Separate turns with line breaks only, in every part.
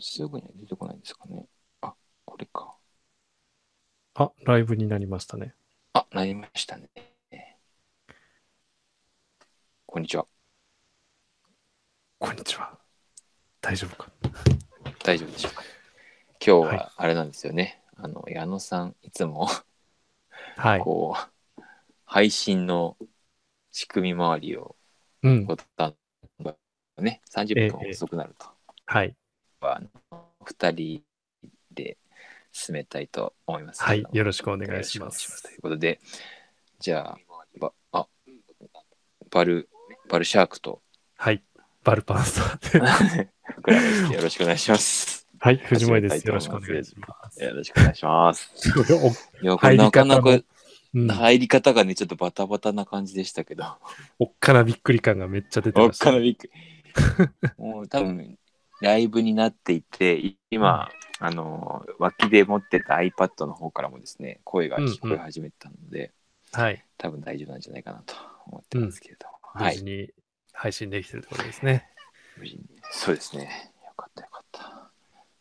すぐには出てこないんですかね。あ、これか。
あ、ライブになりましたね。
あ、なりましたね。こんにちは。
こんにちは。大丈夫か。
大丈夫でしょうか。今
は
日
い
はあれなんですよね。あの、矢野さん、いつも、
はい。
こう、配信の仕組み周りを
うん。
ご担当ね、
ええ
30分遅くなると。
はい。
は、あの二人で進めたいと思います。
はい
あ。の
よろしくお願いします
と。いうことで、じゃあ、ばあバル、バルシャーク と
はい。バルパンさん。
グラムしてよろしくお願いします。
はい。藤森で
始
す。よ
めた
ろ
いと
しくお
思います
願いします。
よろしくお願いします。
すごいお
いや、これ
入
なか
り方の
なか
うん
入り方がね、ちょっとバタバタな感じでしたけど、
おっかなびっくり感がめっちゃ出て
おっ
ました
か。なびっく り。もう多分、ライブになっていて、今、あの、脇で持ってた iPad の方からもですね、声が聞こえ始めたので、
はい。
多分大丈夫なんじゃないかなと思ってますけれども、は
無事
い
に配信できてるところですね。
無事にそうですねよかったよかった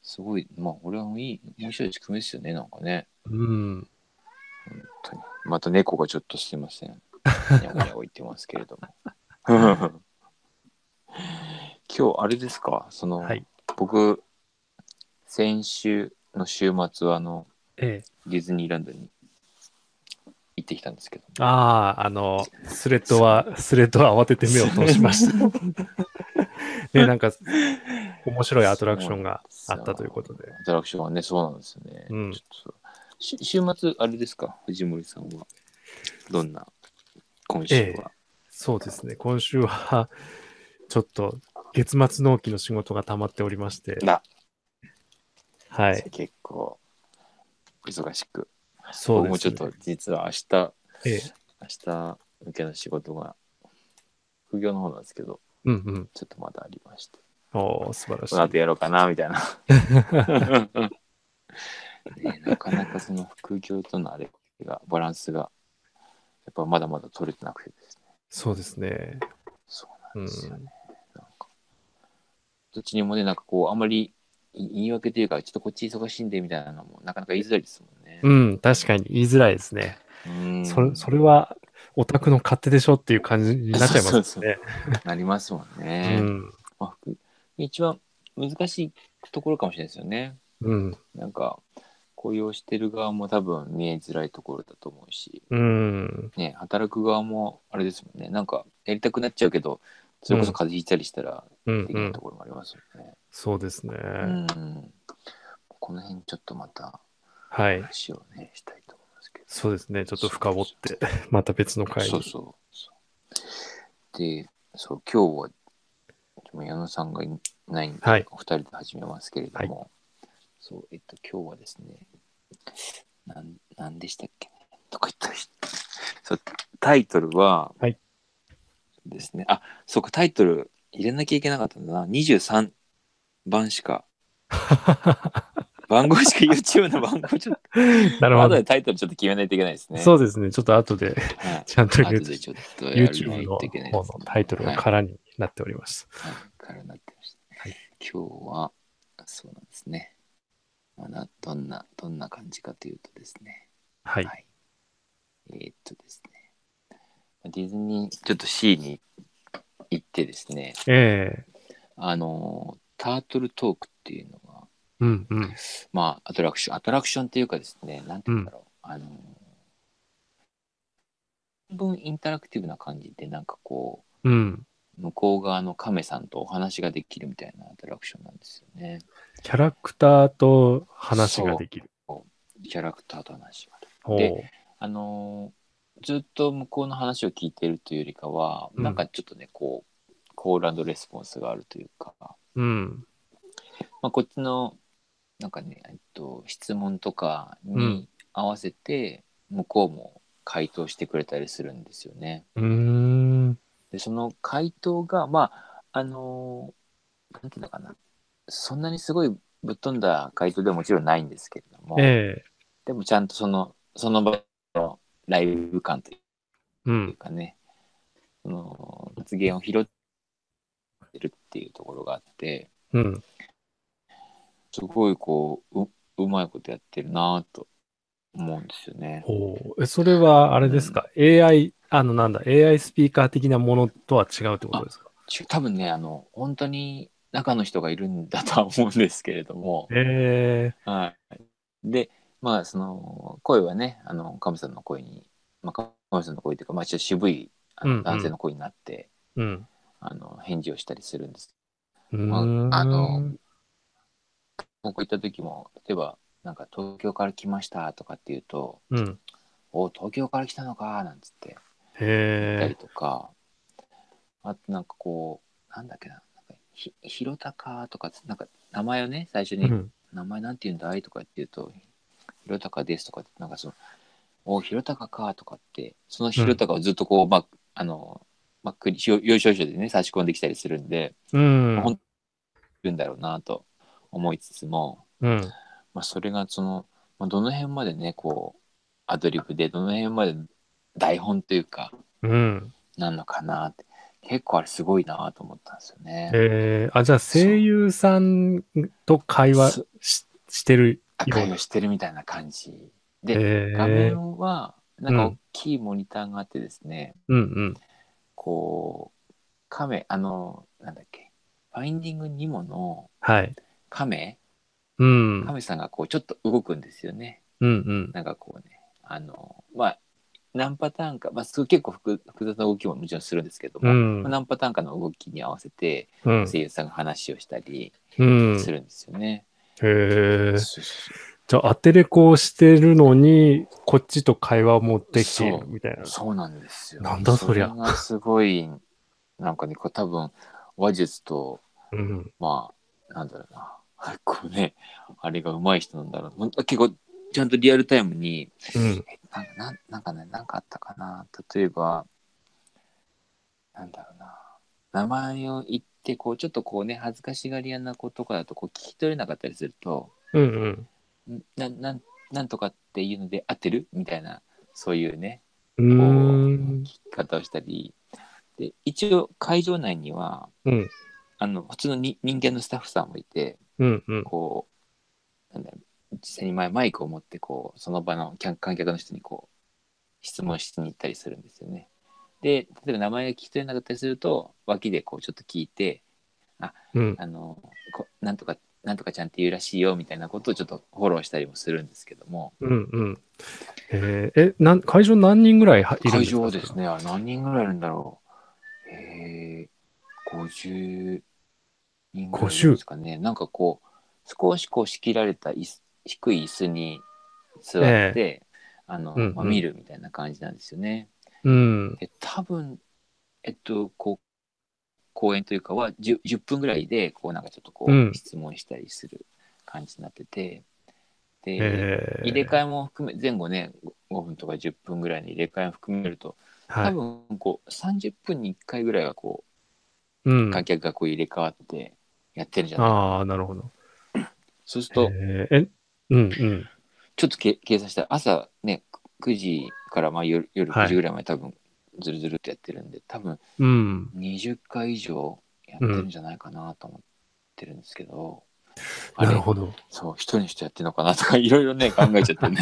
すごいまあ俺はいい面白い仕組みですよねなんかね
うん。
本当にまた猫がちょっとすいませ んにゃごにゃご言ってますけれども 今日あれですかその、
はい。
僕先週の週末はあの
ええ。
ディズニーランドに行ってきたんですけど
ああ、あの、スレッドは、スレッドは慌てて目を通しました。 ね、なんか、面白いアトラクションがあったということで。
アトラクションはね、そうなんですよね。
うん
ちょっとし週末、あれですか、藤森さんは。どんな今週は。
ええそうですね、今週は、 ちょっと、月末納期の仕事が溜まっておりまして、
な、
はい。
結構、忙しく。
そう
僕
で
も
す
ちょっ
ね。
と、実は明日、
ええ
明日向けの仕事が、副業の方なんですけど、
うん
ちょっとまだありまして、
うん。おー素晴らし
この後
い。
やろうかな、みたいな。 ねなかなかその副業とのあれが、バランスが、やっぱまだまだ取れてなくてですね。
そうですね。
そうなん
うん。
ですよね。なんか、どっちにもね、なんかこう、あんまり言い言い訳というか、ちょっとこっち忙しいんでみたいなのも、なかなか言いづらいですもんね。
うん、確かに言いづらいですね。
うん
それそれは、オタクの勝手でしょっていう感じになっちゃいますね。
そうそうそうなりますもんね。
うん。
まあふ一番難しいところかもしれないですよね。
うん。
なんか、雇用してる側も多分見えづらいところだと思うし、
うん。
ね、働く側もあれですもんね。なんか、やりたくなっちゃうけど、それこそ風邪ひいたりしたら
うん。
でき
う
ない
ん
と。ころもありますよね。
そうですね。
うん。この辺ちょっとまた
はい。
話をね、したいと思いますけど。
そうですね。ちょっと深掘って、また別の回に。
そうそうそう。で、そう、今日は、でも矢野さんがいないんで、
はい
お二人で始めますけれども、そう、えっと、今日はですね、なんなんでしたっけね、とか言った そうタイトルは、
はい
ですね、あ、そうか、タイトル入れなきゃいけなかったんだな、23番し か、番号しか YouTube の番号ちょっと、
なるほ
後
ど
で。タイトルちょっと決めないといけないですね。。
そううですね。ちょっと後で、
はい
ちゃんと
あとで
YouTube
ちょっとやらない
YouTube の
といけないで
方
す
のタイトルが
はい
空になっておりまし
はいからなってました。今日は、そうなんですね。まあ、などんな、どんな感じかというとですね。
た。はい。
はい。えーっとですね。ディズニー、ちょっと C に行ってですね、
ええ
あのー、タートルトークっていうのが、
うんうん。
まあ、アトラクション、アトラクションっていうかですね、なんて言うんだろう、あのー、半分インタラクティブな感じで、なんかこう、
うん。
向こう側の亀さんとお話ができるみたいなアトラクションなんですよね。
キャラクターと話ができる。
キャラクターと話が。
おお。
あのーずっと向こうの話を聞いてるというよりかは、
うん
なんかちょっとね、こう、コールレスポンスがあるというか、ま
うん。
あ、こっちの、なんかね、えっと、質問とか
う
に
ん
合わせて、向こうも回答してくれたりするんですよね。
うーん。
でその回答がまああのーなんていうのかなそんなにすごいぶっ飛んだ回答ではもちろんないんですけれども、
ええ。
でもちゃんとそのその場のライブ感といううんかねその発言を拾ってるっていうところがあって
うん。
すごいこう、ううまいことやってるなぁと思うんですよね。
おーえそれは、あれですか、AI、あの、なんだ、AI スピーカー的なものとは違うってことですか
ち多分ね、あの、本当に中の人がいるんだとは思うんですけれども、
え
はい。で、まあ、その、声はね、あの、神さんの声に、まあ、神さんの声というか、まあ、ちょっと渋いあ
うんう
の
ん
男性の声になって、
ー、うん。
あの、返事をしたりするんです。
うーん
まああの、ここ行った時も、例えば、なんか、東京から来ましたとかっていうと、
うん。
お東京から来たのかなんつって言った
へ
りとか、あとなんかこうなんだっけななんかひ「ひろたか」とかつなんか名前をね最初
え。う
に
ん。
「名前なんて言うんだい?」とかって言うと「ひろたかです」とかってなんかその「おひろたかか」とかってそのひろたかをずっとこう、まああのまあ、くりしよ要所要所でね差し込んできたりするんで、
うん。
本当にいるんだろうなと思いつつも、
うん。
まあ、それがその、まあ、どの辺までねこうアドリブでどの辺まで台本というか
うん。
なのかなって結構あれすごいなと思ったんですよね。
えー、あ、じゃあ声優さんと会話ししてるよ
赤
う
い
な
を。してるみたいな感じで、
え
画
ー、
面はなんか大きいモニターがあってですね、
うんうん。
こうカメあのなんだっけファインディングニモの
はい。
カメ
うん。
カメさんがこうちょっと動くんですよね。
うんうん。
なんかこうねあのまあ何パターンか、まあ、すごい結構複複雑な動きももちろんするんですけども、
うん
まあ何パターンかの動きに合わせて
うん。
声優さんが話をしたり
うん。
するんですよね。
へ
そう
え。
そうそう
じゃあ、アテレコをしてるのに、こっちと会話もできてい
そ
る
う
みたいな。
そうなんですよ。
なんだそりゃ
れがすごい、なんかね、こう多分、話術と、
うん。
まあ、なんだろうな、 こうね、あれが上手い人なんだろう。ほん結構、ちゃんとリアルタイムに、
うん。
なんか、なんなんかね、なんかあったかな。例えば、なんだろうな、名前を言って、こう、ちょっとこうね、恥ずかしがり屋な子とかだと、こう、聞き取れなかったりすると、
うんうん。
んな、なん、なんとかっていうので合ってるみたいな、そういうね、
うー
こうん聞。き方をしたりで一応会場内には
うん。
あの普通のに人間のスタッフさんもいて
うんうん。
こうなんだろう実際にマイマイクを持ってこうその場の観観客の人にこう質問しに行ったりするんですよね。で例えば名前が聞き取れなかったりすると脇でこうちょっと聞いて
うん。
あのこなんとかなんとかちゃんって言うらしいよみたいなことをちょっとフォローしたりもするんですけども
うんうん。えーえ、なん、会場何人ぐらいはいるんで
会
すか
場です。ね、あれ何人ぐらいいるんだろう。えー、50人ぐらいいるんですかね。なんかこう、少しこう仕切られた椅子低い椅子に座って、あの、
うんうん
まあ、見るみたいな感じなんですよね。
うん。
で多分、えっと、こう、公演というかは 10, 10分ぐらいで、こうなんかちょっとこう、
うん
質問したりする感じになってて、で、
えー、
入れ替えも含め前後ね5分とか10分ぐらいの入れ替えも含めると
は
多
い。
分こう30分に1回ぐらいはこ
うん
う。観客がこう入れ替わってやってるじゃない
ああ、なるほど。
そうすると
えーえ、うんうん。
ちょっとけ計算したら朝ね9時からまあ夜夜
はい
9時ぐらいまで多分ずるずるってやってるんで多分
うん。
20回以上やってるんじゃないかなと思ってるんですけど、あれ
なるほど。
そう一人の人やってるのかなとかいろいろね 考えちゃってね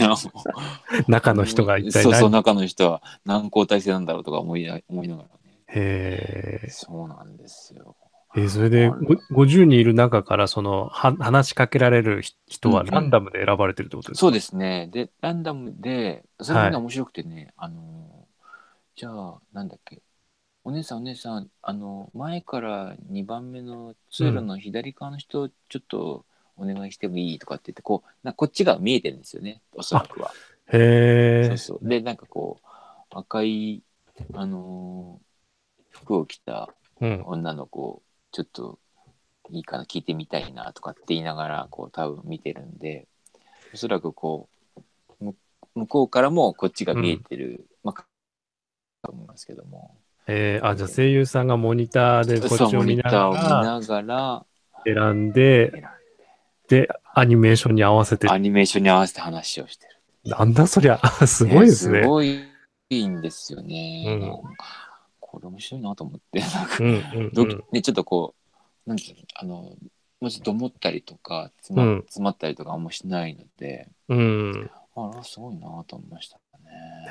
中の人が一体
そうそう
何
中の人は何交代制なんだろうとか思いな思いながらね
へー
そうなんですよ
えーそれで
あ
ご50人いる中から、その、は話しかけられる人は
うんうん
ランダムで選ばれてるってことですか、
そうですねでランダムでそれ
は
も
い
ね面白くてね、あのじゃあなんだっけお姉さんお姉さんあの前から2番目の通路の左側の人、ちょっとお願いしてもいいとかって言ってこうなこっちが見えてるんですよねおそらくは。
へ
そ
え
う。そうでなんかこう赤いあのー服を着た
うん。
女の子ちょっといいかな聞いてみたいなとかって言いながらこう多分見てるんでおそらくこうむ向こうからもこっちが見えてる、まあと思いますけども
えーあ、じゃあ声優さんがモニターでこっ
そう
ちを
モ
見
ニ
な
ターを見
が
ながら
ら選んで、
選
で、アニメーションに合わせて
ん、アニメーションに合わせて話をしてる
なんだそりゃ、 すごいです
す
ね。
ごいんですよね、
う
これ面白いなと思ってなんか
うんうんう
ドキ
ん
ね、ちょっとこう、なんていうの、あの、もちょっと思ったりとか詰ま,、
うん
詰まったりとかあんましないので
うん。
あらすごいなと思いましたね。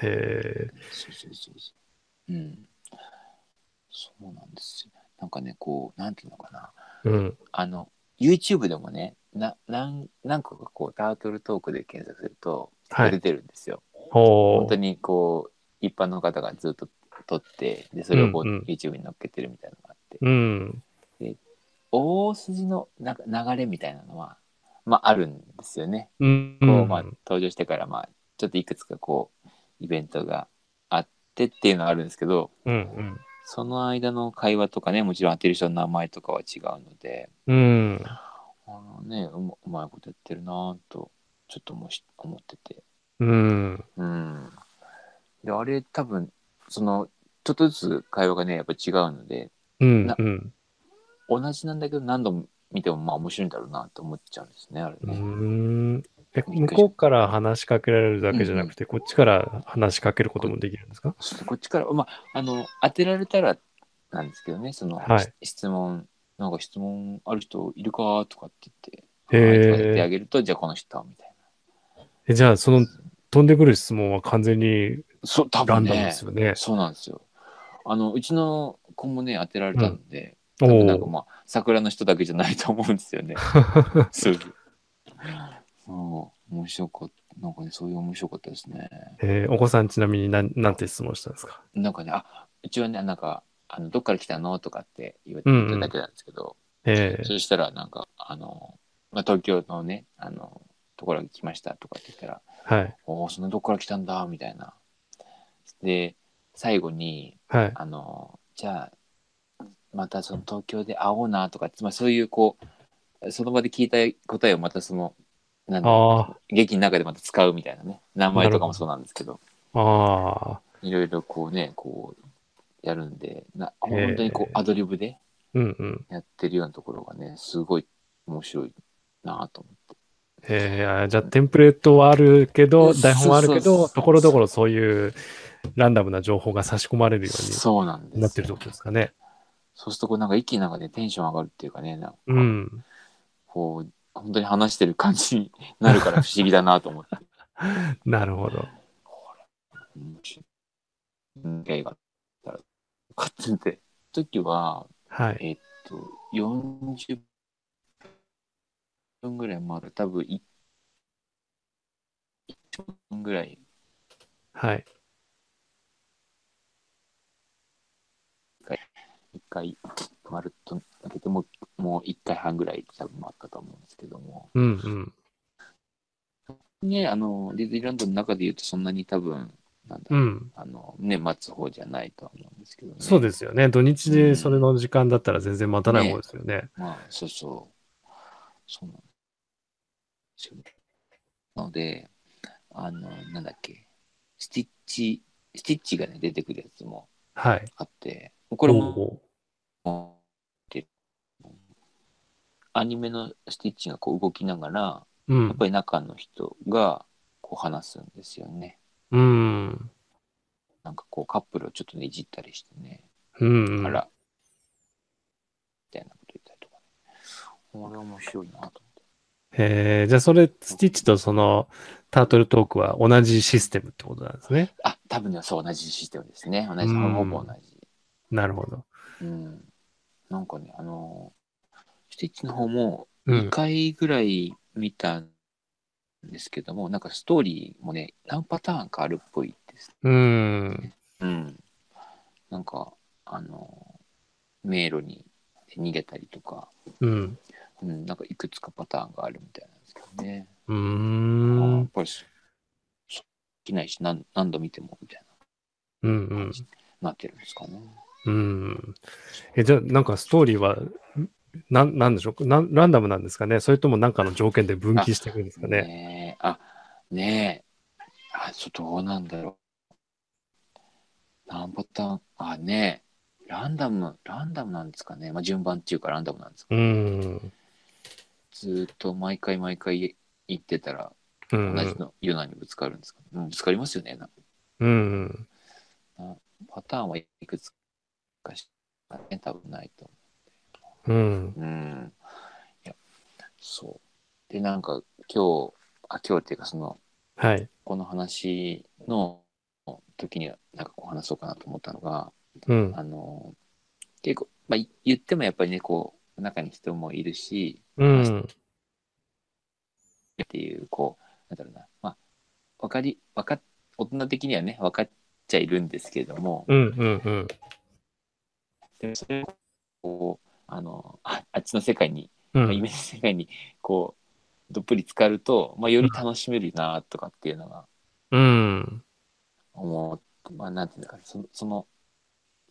へえ。
そうそうそうそう。うん。そうなんですよ。なんかね、こう、なんていうのかな。
うん。
あの、YouTube でもね、な何何個かこう、タートルトークで検索すると、
はい
出てるんですよ。
ほ
本当
う。
にこう、一般の方がずっと撮って、で、それをこう、
うんうん
YouTube に載っけてるみたいなのがあって、
うん。
大筋のなんか流れみたいなのは、まあ、あるんですよね。
うん。
こうまあ登場してからまあちょっといくつかこうイベントがあってっていうのはあるんですけど
うん。
その間の会話とかねもちろん当てる人の名前とかは違うので
うん。
あのねうまうまいことやってるなぁとちょっと思し思ってて
うん。
うんであれ多分そのちょっとずつ会話がねやっぱ違うので
うん。うん。
同じなんだけど何度も見てもまあ面白いんだろうなと思っちゃうんですねあれ
う
ね、
ん。え、向こうから話しかけられるだけじゃなくて、こっちから話しかけることもできるんですか
ちょっとこっちから、まあ、あの当てられたらなんですけどねその、
はい
し質問なんか質問ある人いるかとかって言って
へ
はいと
ー
か言ってあげるとじゃあこの人みたいな
え、じゃあ、その飛んでくる質問は完全に
そう多
ラ
分
ンダムで
ね
すよね。
そうなんですよあのうちの子もね当てられたんで、
お
多分なんか
お。
まあ桜の人だけじゃないと思うんですよ ねそうそう面白かったなんかねそういう面白かったですね
えーお子さんちなみに何、なんて質問したんですか
なんかねあうちはねなんかあのどっから来たのとかって言わ
うんうん
れただけなんですけど、
えー
そしたら、なんか、あの、まあ、東京のね、あの、ところに来ましたとかって言ったら、
はい。
おお、そんなとこから来たんだ、みたいな。で、最後に、
はい。
あの、じゃあ、またその東京で会おうなとかって、まあ、そういうこう、その場で聞いた答えをまたその、なんだ
ああ、
劇の中でまた使うみたいなね、名前とかもそうなんですけど、
ああ、
いろいろこうね、こう、やるんで、な
へえ
本当にこう、アドリブで
うんうん。
やってるようなところがね、すごい面白いなと思って。
えー、あじゃあ、テンプレートはあるけど、
そう
台本はあるけ
そうそ
ど、
う
ところどころそういうランダムな情報が差し込まれるよう
そうなんです
に
よ
なってるってことですかね。
そうするとこうなんか一気になんかねテンション上がるっていうかねなんか
うん。
こう本当に話してる感じになるから不思議だなと思って
なるほど。
面白い映画だったらよかったんで時は
はい。
えっと40分ぐらいまだ多分1分ぐらい
はい。
1回まるっと開けてもうもう1回半ぐらい多分あったと思うんですけども
うんうん。
ね、あの、ディズニーランドの中で言うと、そんなに多分、なんだ、
うん。
あの、ね、待つ方じゃないとは思うんですけどね。
そうですよね。土日でそれの時間だったら全然待たない
ね
方ですよね。
まあ、そうそう。そうなんですよね。なので、あの、なんだっけ、スティッチ、スティッチがね、出てくるやつも
はい。
あって、
こ
これも、
お
もうアニメのスティッチがこう動きながら、
ーう
やっ
ん
ぱ。り中の人がこう話すんですよね。
うん。
なんかこうカップルをちょっとねいじったりしてね。
うん。
あら、みたいなこと言ったりとかね。これ面白いなと思って。
えー、じゃあそれ、スティッチとそのタートルトークは同じシステムってことなんですね。
あ、多分ね、そう、同じシステムですね。同じ、
うん
ほぼ同じ。
なるほど。
うん。なんかね、あのー、スティッチの方も
う
2
ん。
回ぐらい見たんですけども、なんかストーリーもね、何パターンかあるっぽいです。
うん。
うん。なんか、あのー、迷路に逃げたりとか、
うん。
うん、なんかいくつかパターンがあるみたいなんですけどね。
うー
やっ
ん。
ぱりそうそう飽きないし何何度見てもみたい
うんう
な感
ん
じ。になってるんですかね。
うん。え、じゃあなんかストーリーは、なん、なんでしょうなんランダムなんですかねそれともなんかの条件で分岐していくんですかね
ねえあねえあそうどうなんだろう。何パターンあねえランダムランダムなんですかね、まあ、順番っていうかランダムなんですか、
うん。
ずーっと毎回毎回行ってたら
う
同
ん。
じのようなにぶつかるんですか、うん、ぶつかりますよねなんか
うん。
パターンはいくつかしかね多分ないと
うん。
うん。いや、そう。で、なんか今日、あ、今日っていうかその、
はい。
この話の時になんかこう話そうかなと思ったのが、
うん。
あの、結構、まあ、言ってもやっぱりね、こう、中に人もいるし、
うん。
っていう、こう、なんだろうな、まあ、わかり、わか、大人的にはね、分かっちゃいるんですけれども、
うん。うん。うん。
でもそれをこう、あの、ああっちの世界に、
う
イ
ん
メージ世界に、こう、どっぷり浸かると、まあ、より楽しめるな、とかっていうのが
うん。
思う、まあ、なんていうのかな、その、その、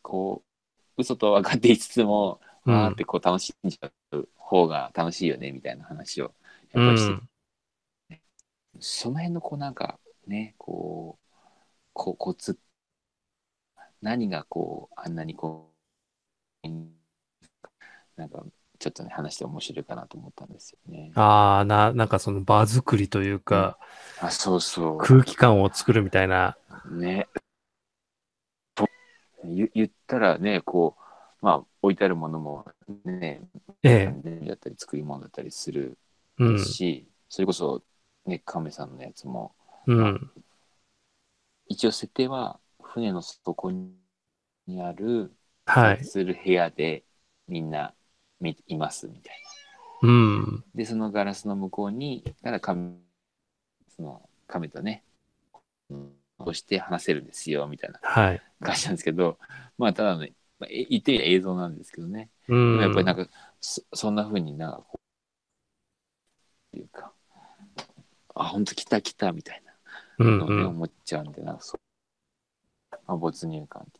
こう、嘘と分かっていつつも、
うん
わーってこう楽しんじゃう方が楽しいよね、みたいな話を、
う
やっぱりしてて
ん。
その辺のこうなんかねこうこうコツ何がこうあんなにこうなんかちょっとね話して面白いかなと思ったんですよね。
ああ、な、なんかその場作りというか、
あそうそ
空気感を作るみたいな。
うね。と言言ったらねこうまあ置いてあるものもね
ええ。
何だったり作り物だったりする
うん。
し、それこそね亀さんのやつも
うん。
一応設定は船の底にある
はい。
する部屋でみんなみいますみたいな。
うん。
でそのガラスの向こうにただ亀その亀とねこうして話せるんですよみたいな
はい。
感じなんですけどまあただの、まあ、え言ってみれば映像なんですけどね、
う
で
ん。
もやっぱりなんかそそんな風になんかこうっていうかあ本当来た来たみたいな。
うん
の
う
ね、
ん。
思っちゃうんで、なんかそう、まあ、没入感って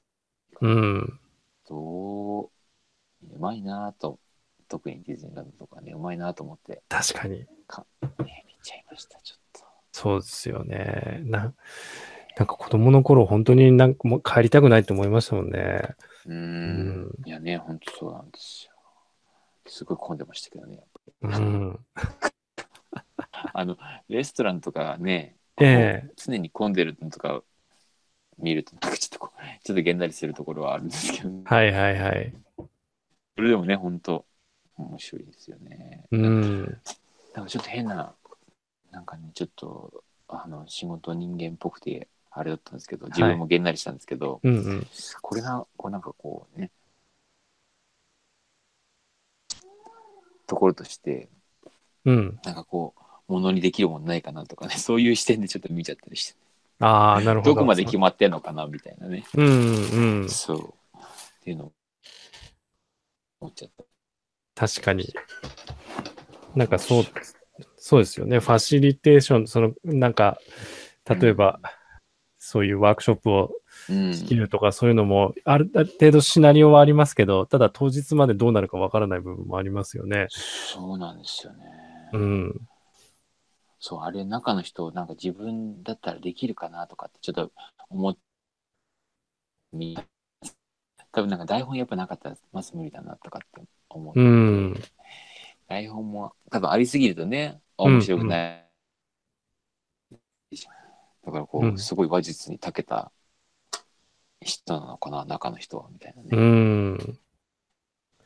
うん。
どう、うまいなぁと、特にディズニーランドとかね、うまいなぁと思って、
確かに。
ね、見ちゃいました、ちょっと。
そうですよね。な、なんか子供の頃、本当になんかもう帰りたくないと思いましたもんね。
うーん。いやね、ほんとそうなんですよ。すごい混んでましたけどね。
うん。
あの、レストランとかね、
ええ
常に混んでるのとか見ると、なんかちょっとこう、ちょっとげんなりするところはあるんですけど、ね、
はいはいはい。
それでもね、ほんと、面白いですよね。
うん。
なんかちょっと変な、なんかね、ちょっと、あの、仕事人間っぽくて、あれだったんですけど、自分もげんなりしたんですけど、
うんうん。
これな、こうなんかこうね、ところとして、
うん。
なんかこう、ものにできるものないかなとかね、そういう視点でちょっと見ちゃったりして、
ああ、なるほど。
どこまで決まってんのかなみたいなね、
うんうん。
そう、っていうのを思っちゃった。
確かに。なんかそう、そうですよね。ファシリテーション、その、なんか、例えば、そういうワークショップを
うん、
仕切るとか、そういうのも、あるある程度シナリオはありますけど、ただ当日までどうなるかわからない部分もありますよね。
そうなんですよね。
うん。
そう、あれ、中の人、なんか自分だったらできるかなとかって、ちょっと思っみ多分なんか台本やっぱなかったら、まず無理だなとかって思う。
うん。
台本も、多分ありすぎるとね、
ん
面白くない。だからこう、
うん
すごい話術に長けた人なのかな、中の人は、みたいなね。
うん。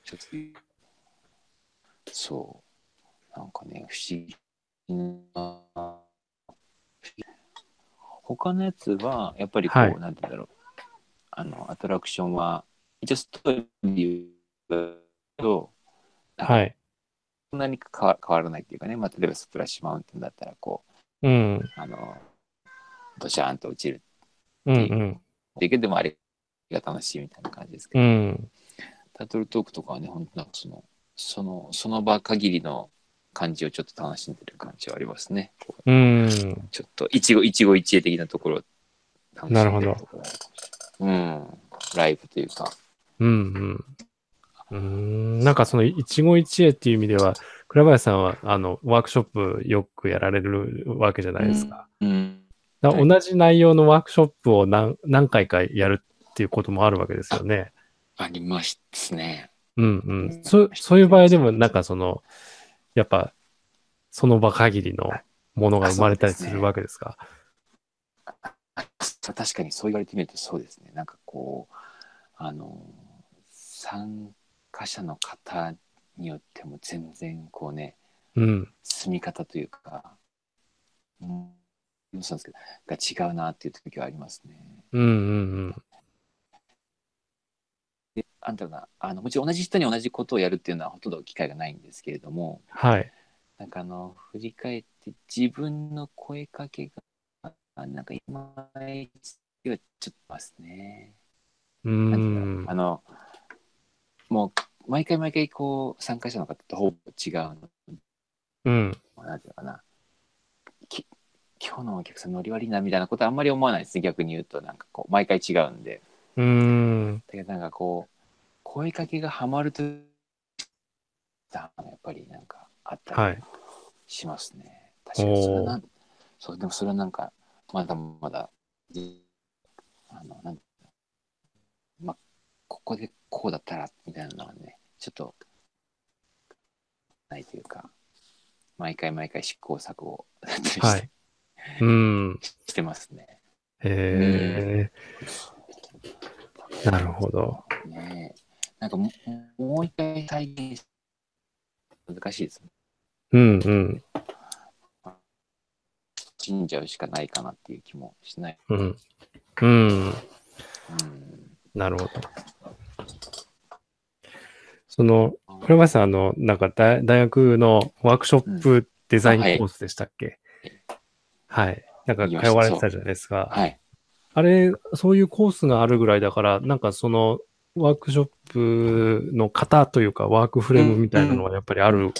ちょっとそう。なんかね、不思議な。他のやつは、やっぱりこう、
はい
なんて言うんだろう。あの、アトラクションは、一応ストーリーと、
はい。
そんなに変わ変わらないっていうかね、まあ、例えばスプラッシュマウンテンだったら、こ
うん。
う、あの、ドシャーンと落ちる
うんうん。
っていうけど、でもあれが楽しいみたいな感じですけ
う
ど、
ん。
タトルトークとかはね、本当なんかその、その、その場限りの感じをちょっと楽しんでる感じはありますね。
うん。
ちょっと、一期一会一会的なところを楽しんで
なるほど
ところはあるかもしれないうん。ライブというか。
うんうん。うーんなんかその一期一会っていう意味では、倉林さんはあのワークショップよくやられるわけじゃないですか。
うん。
だ
はい
同じ内容のワークショップを何何回かやるっていうこともあるわけですよね。
ありましたね。
うんうん。そそういう場合でも、なんかその、やっぱその場限りのものが生まれたりするわけですか。
た確かにそう言われてみるとそうですね。なんかこう、あの、参加者の方によっても全然こうね、
うん。
住み方というか、うん、良さですけどが違うなっていう時はありますね。
うんうん
であんたなあのもちろん同じ人に同じことをやるっていうのはほとんど機会がないんですけれども
はい。
なんかあの振り返って自分の声かけがあなんかいまいちはちょっとますね。
う
なん
ん
かあ。のもう毎回毎回こう参加者の方とほぼ違うの
うん。
なんていうのかなき今日のお客さんノリ悪いなみたいなことはあんまり思わないですね逆に言うとなんかこう毎回違うんで
うん。
だけどなんかこう声かけがハマるとだやっぱりなんかあった
は
り
い。
しますね、確かにそれはなんそうでもそれはなんかまだまだあのなんまあここでこうだったらみたいなのはねちょっとないというか毎回毎回試行錯誤 して,、
はい。うん。
してますね。
へえ。なるほど。
ねえなんかももう一回再現し難しいですね
うんうん。
死んじゃうしかないかなっていう気もしない。
うん。うん。
うん、
なるほど。その、これはさん、あの、なんか大大学のワークショップデザインコースでしたっけ、はい。なんか通われてたじゃないですか。
はい。
あれ、そういうコースがあるぐらいだから、なんかその、ワークショップの型というか、ワークフレームみたいなのはやっぱりあるん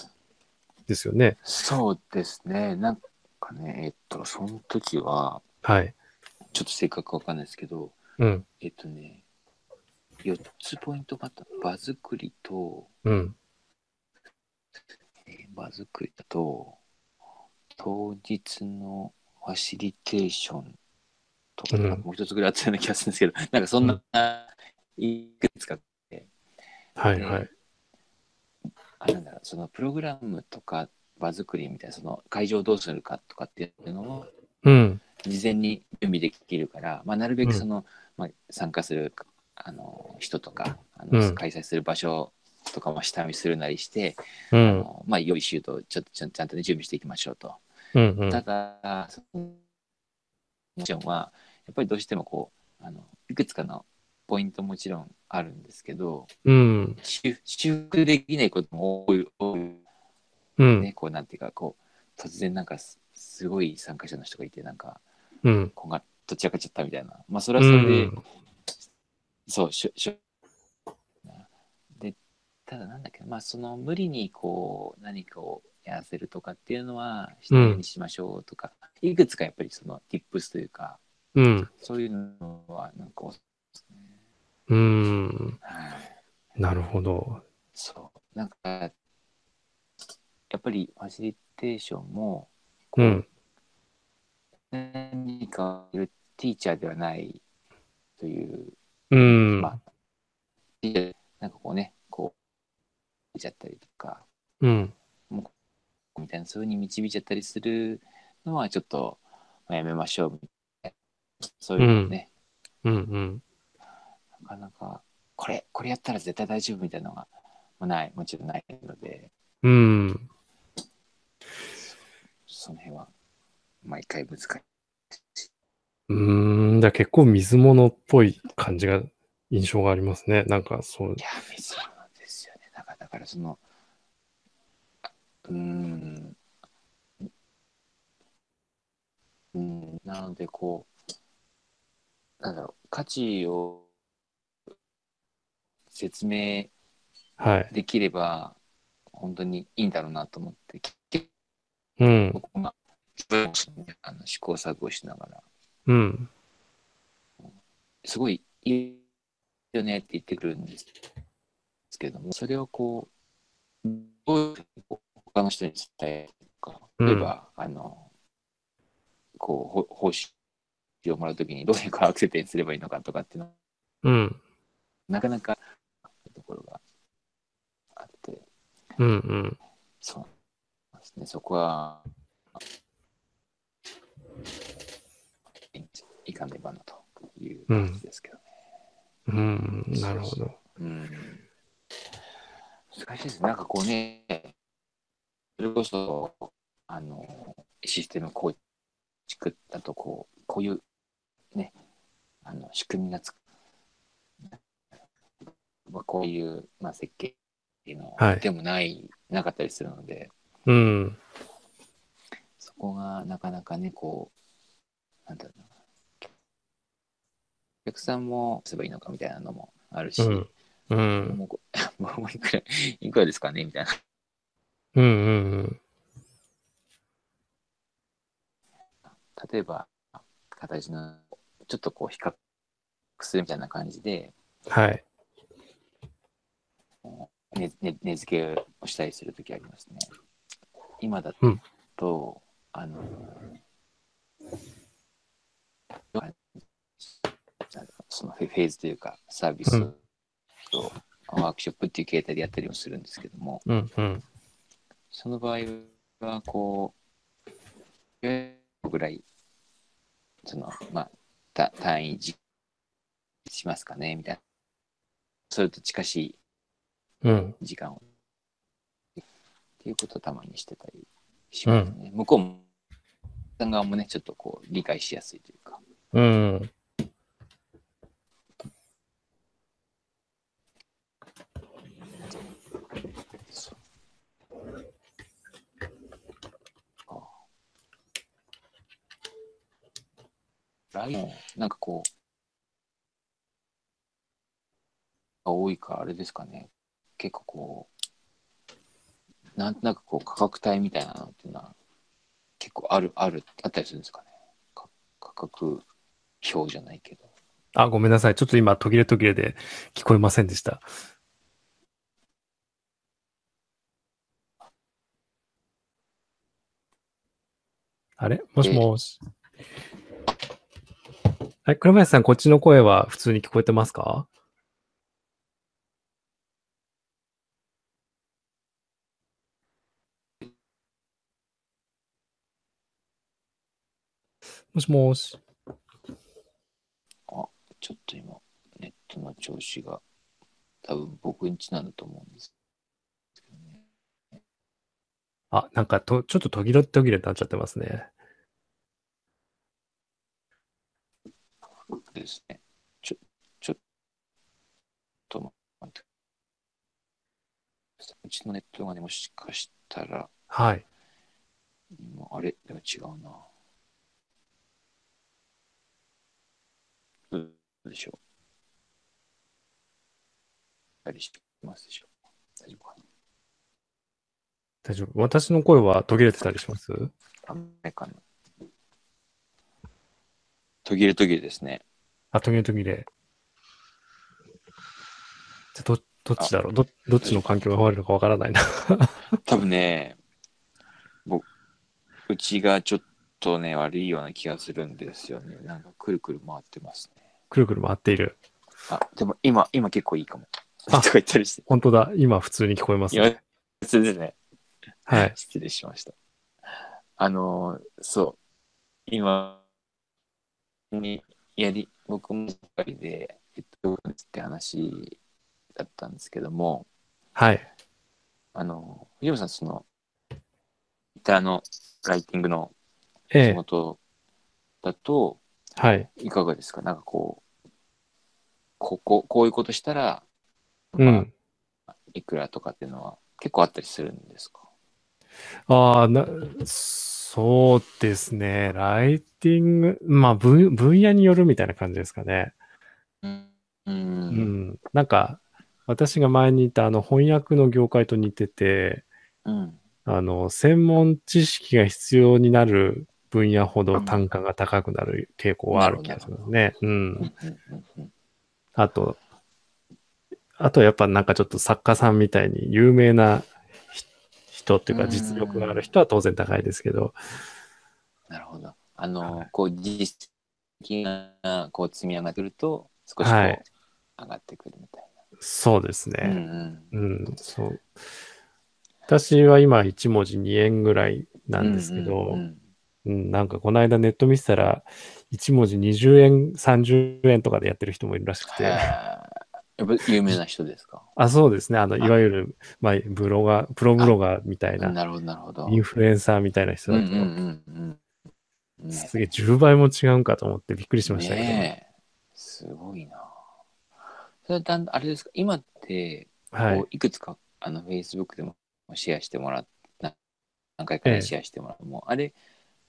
ですよね。
そうですね。なんかね、えっと、その時は、
はい。
ちょっと正確わかんないですけど、
うん。
えっとね、4つポイントがあった。場作りと、
うん。
えー場作りと、当日のファシリテーションとか、
うん
なんかもう一つぐらいあったような気がするんですけど、 なんかそんな、いくつか
はいはい。
あなんだろうそのプログラムとか場作りみたいなその会場をどうするかとかっていうのを
うん。
事前に準備できるから、まあ、なるべく
うん
その、まあ、参加するあの人とかあ
う
の
ん
開催する場所とかも下見するなりして、
う
あ
ん。
のまあ、良いシュートをちょっとちゃんちゃんと、ね、準備していきましょうと。
うん。うん
ただそのもちろんはやっぱりどうしてもこうあのいくつかのポイントもちろんあるんですけど
うん。
修修復できないことも多い多い
うん。
ね、こうなんていうかこう突然なんかすすごい参加者の人がいてなんか
うん。
こんがどちらかっちゃったみたいなまあそれ
う
はそれで、
ん。
そうしょしょでただなんだっけまあその無理にこう何かをやらせるとかっていうのはしないようにしましょうとか、いくつかやっぱりその tips というか
うん。
そういうのはなんかおすね
うん。
はい
なるほど。
そうなんかやっぱりファシリテーションもこ
う。
うん何かいるティーチャーではないという、
うん。
まあ、ティーチャーなんかこうね、こう、出ちゃったりとか、
うん。
みたいな、そういうふうに導いちゃったりするのは、ちょっと、まあやめましょう、みたいな。そういうのね、
うん。うん。
なかなか、これ、これやったら絶対大丈夫みたいなのが、まあ、ない、もちろんないので、
うん。
その辺は、毎回難しい。
うん。だ結構水物っぽい感じが、印象がありますね。なんか、そう
い。や、そうなんですよね。だから、だからその、うーん、うん、なので、こう、なんだろう、価値を説明
はい。
できれば、本当にいいんだろうなと思って、結局
うん。
僕も、自分もそうねあの試行錯誤しながら、
うん。
すごいいいよねって言ってくるんですけどもそれをこうどういうふうにこう他の人に伝えるか
うん
例えば、あのこうほ報酬をもらうときにどういうアクセンにすればいいのかとかっていうのは
うん。
なかなかところがあって
うん。うん。
そうなんですねそこはあいいかねばなという感じですけどね。
うん、なるほど。
うん難しいですね。なんかこうね、れこそ、あの、システム構築だと、こう、こういう、ね、あの、仕組みがつく。まあ、こういう、まあ、設計の
はい
でもない、なかったりするので、
うん。
そこがなかなかね、こう、なんだろうな。お客さんもすればいいのかみたいなのもあるし、
うん。うん。
もうこ もういくら、いくらですかねみたいな。
うん。うん。
例えば、形の、ちょっとこう比較するみたいな感じで、
はい。
ねね値付けをしたりするときありますね。今だ
うん
と、あの、なんだそのフェフェーズというか、サービス
うん
とワークショップっていう形態でやったりもするんですけども、
うん。うん。
その場合は、こう、いわゆるぐらい、その、まあ、た単位じしますかね、みたいな。それと近しい
うん。
時間を。っていうことをたまにしてたりしますね。向こうも、さん側もね、ちょっとこう、理解しやすいというか。
うん。
そうあ来もなんかこう、が多いからあれですかね。結構こう、なんとなくこう価格帯みたいなのっていうのは結構ある、ある、あったりするんですかね。か価格表じゃないけど。
あ、ごめんなさい。ちょっと今、途切れ途切れで聞こえませんでした。あれもしもし。はい、倉林さん、こっちの声は普通に聞こえてますかもしもし。
ちょっと今、ネットの調子が、多分僕んちなんだと思うんですけどね。
あ、なんかと、ちょっと途切れ途切れになっちゃってますね。
ですね。ちょ、ちょっと待って。うちのネットがね、もしかしたら、
はい。
今あれでも違うな。どうでしょう。ありしてますでしょうか。大丈夫か
大丈夫。私の声は途切れてたりします
な。あんまりかな。途切れ途切れですね。
あ、途切れ途切れ。じゃ、ど、どっちだろうど、どっちの環境が悪いのかわからない な。
多分ね、僕、うちがちょっとね、悪いような気がするんですよね。なんかくるくる回ってますね。
くるくる回っている。
あ、でも今、今結構いいかも。と
あ
か言ったりして。
本当だ。今、普通に聞こえます
いや
ね。、
失礼ね。
は い。
失礼しました。あのー、そう。今、にやり、僕も一人で、ヘッドホンって話だったんですけども、
はい。
あのー、藤本さん、その、ギターのライティングの
え
仕
え。
事だと、
はい。
いかがですかなんかこう、こここういうことしたら、
う
ま
ん。
あいくらとかっていうのは結構あったりするんですか
ああ、な、そうですね。ライティング、まあ、分、分野によるみたいな感じですかね。
うん。
う。ん、なんか私が前にいたあの翻訳の業界と似てて
うん。
あの専門知識が必要になる分野ほど単価が高くなる傾向はある気がしますね。う、
うんんうんうん
あとあとやっぱなんかちょっと作家さんみたいに有名なひ人っていう
う
か
ん
実力がある人は当然高いですけど、
なるほど。あ
は
の
い、
こう、実績がこう積み上がってくると、少しこう、
はい
上がってくるみたい
そうです
な。
ね。
ん
うん、そう。私は今1文字2円ぐらいなんですけど、
うんうん
うん、なんかこの間ネット見てたら、1文字20円、30円とかでやってる人もいるらしく
へ
て、
ーやっぱ有名な人です か
あ、そうですね。あの、いわゆる、まあ、ブロガー、プロブロガーみたいな、
なるほど、なるほど。
インフルエンサーみたいな人
うん
だ
う
と、
んうんうん。ね
すげえ10倍も違うんかと思ってびっくりしましたけど、
ねえすごいな。それだんあれですか、今って、
は
こ。
いう
いくつかあの Facebook でもシェアしてもらっな何回かね
ええ
シェアしてもらう、もうあれ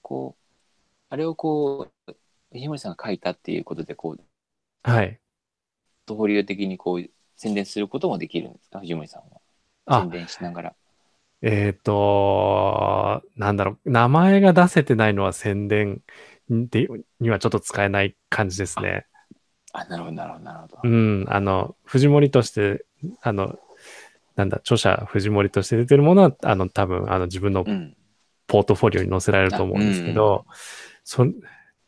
こうあれをこう藤森さんが書いたっていうことでこう
はい。
保留的にこう宣伝することもできるんですか藤森さんは
あ
宣、伝しながら
えっ、と、なんだろう、名前が出せてないのは宣伝でにはちょっと使えない感じですね。
あなるほどなるほどなるほど、
うん、あの、藤森として、あの、なんだ、著者藤森として出てるものは、あの、多分、あの、自分の
うん
ポートフォリオに載せられると思うんですけど、そん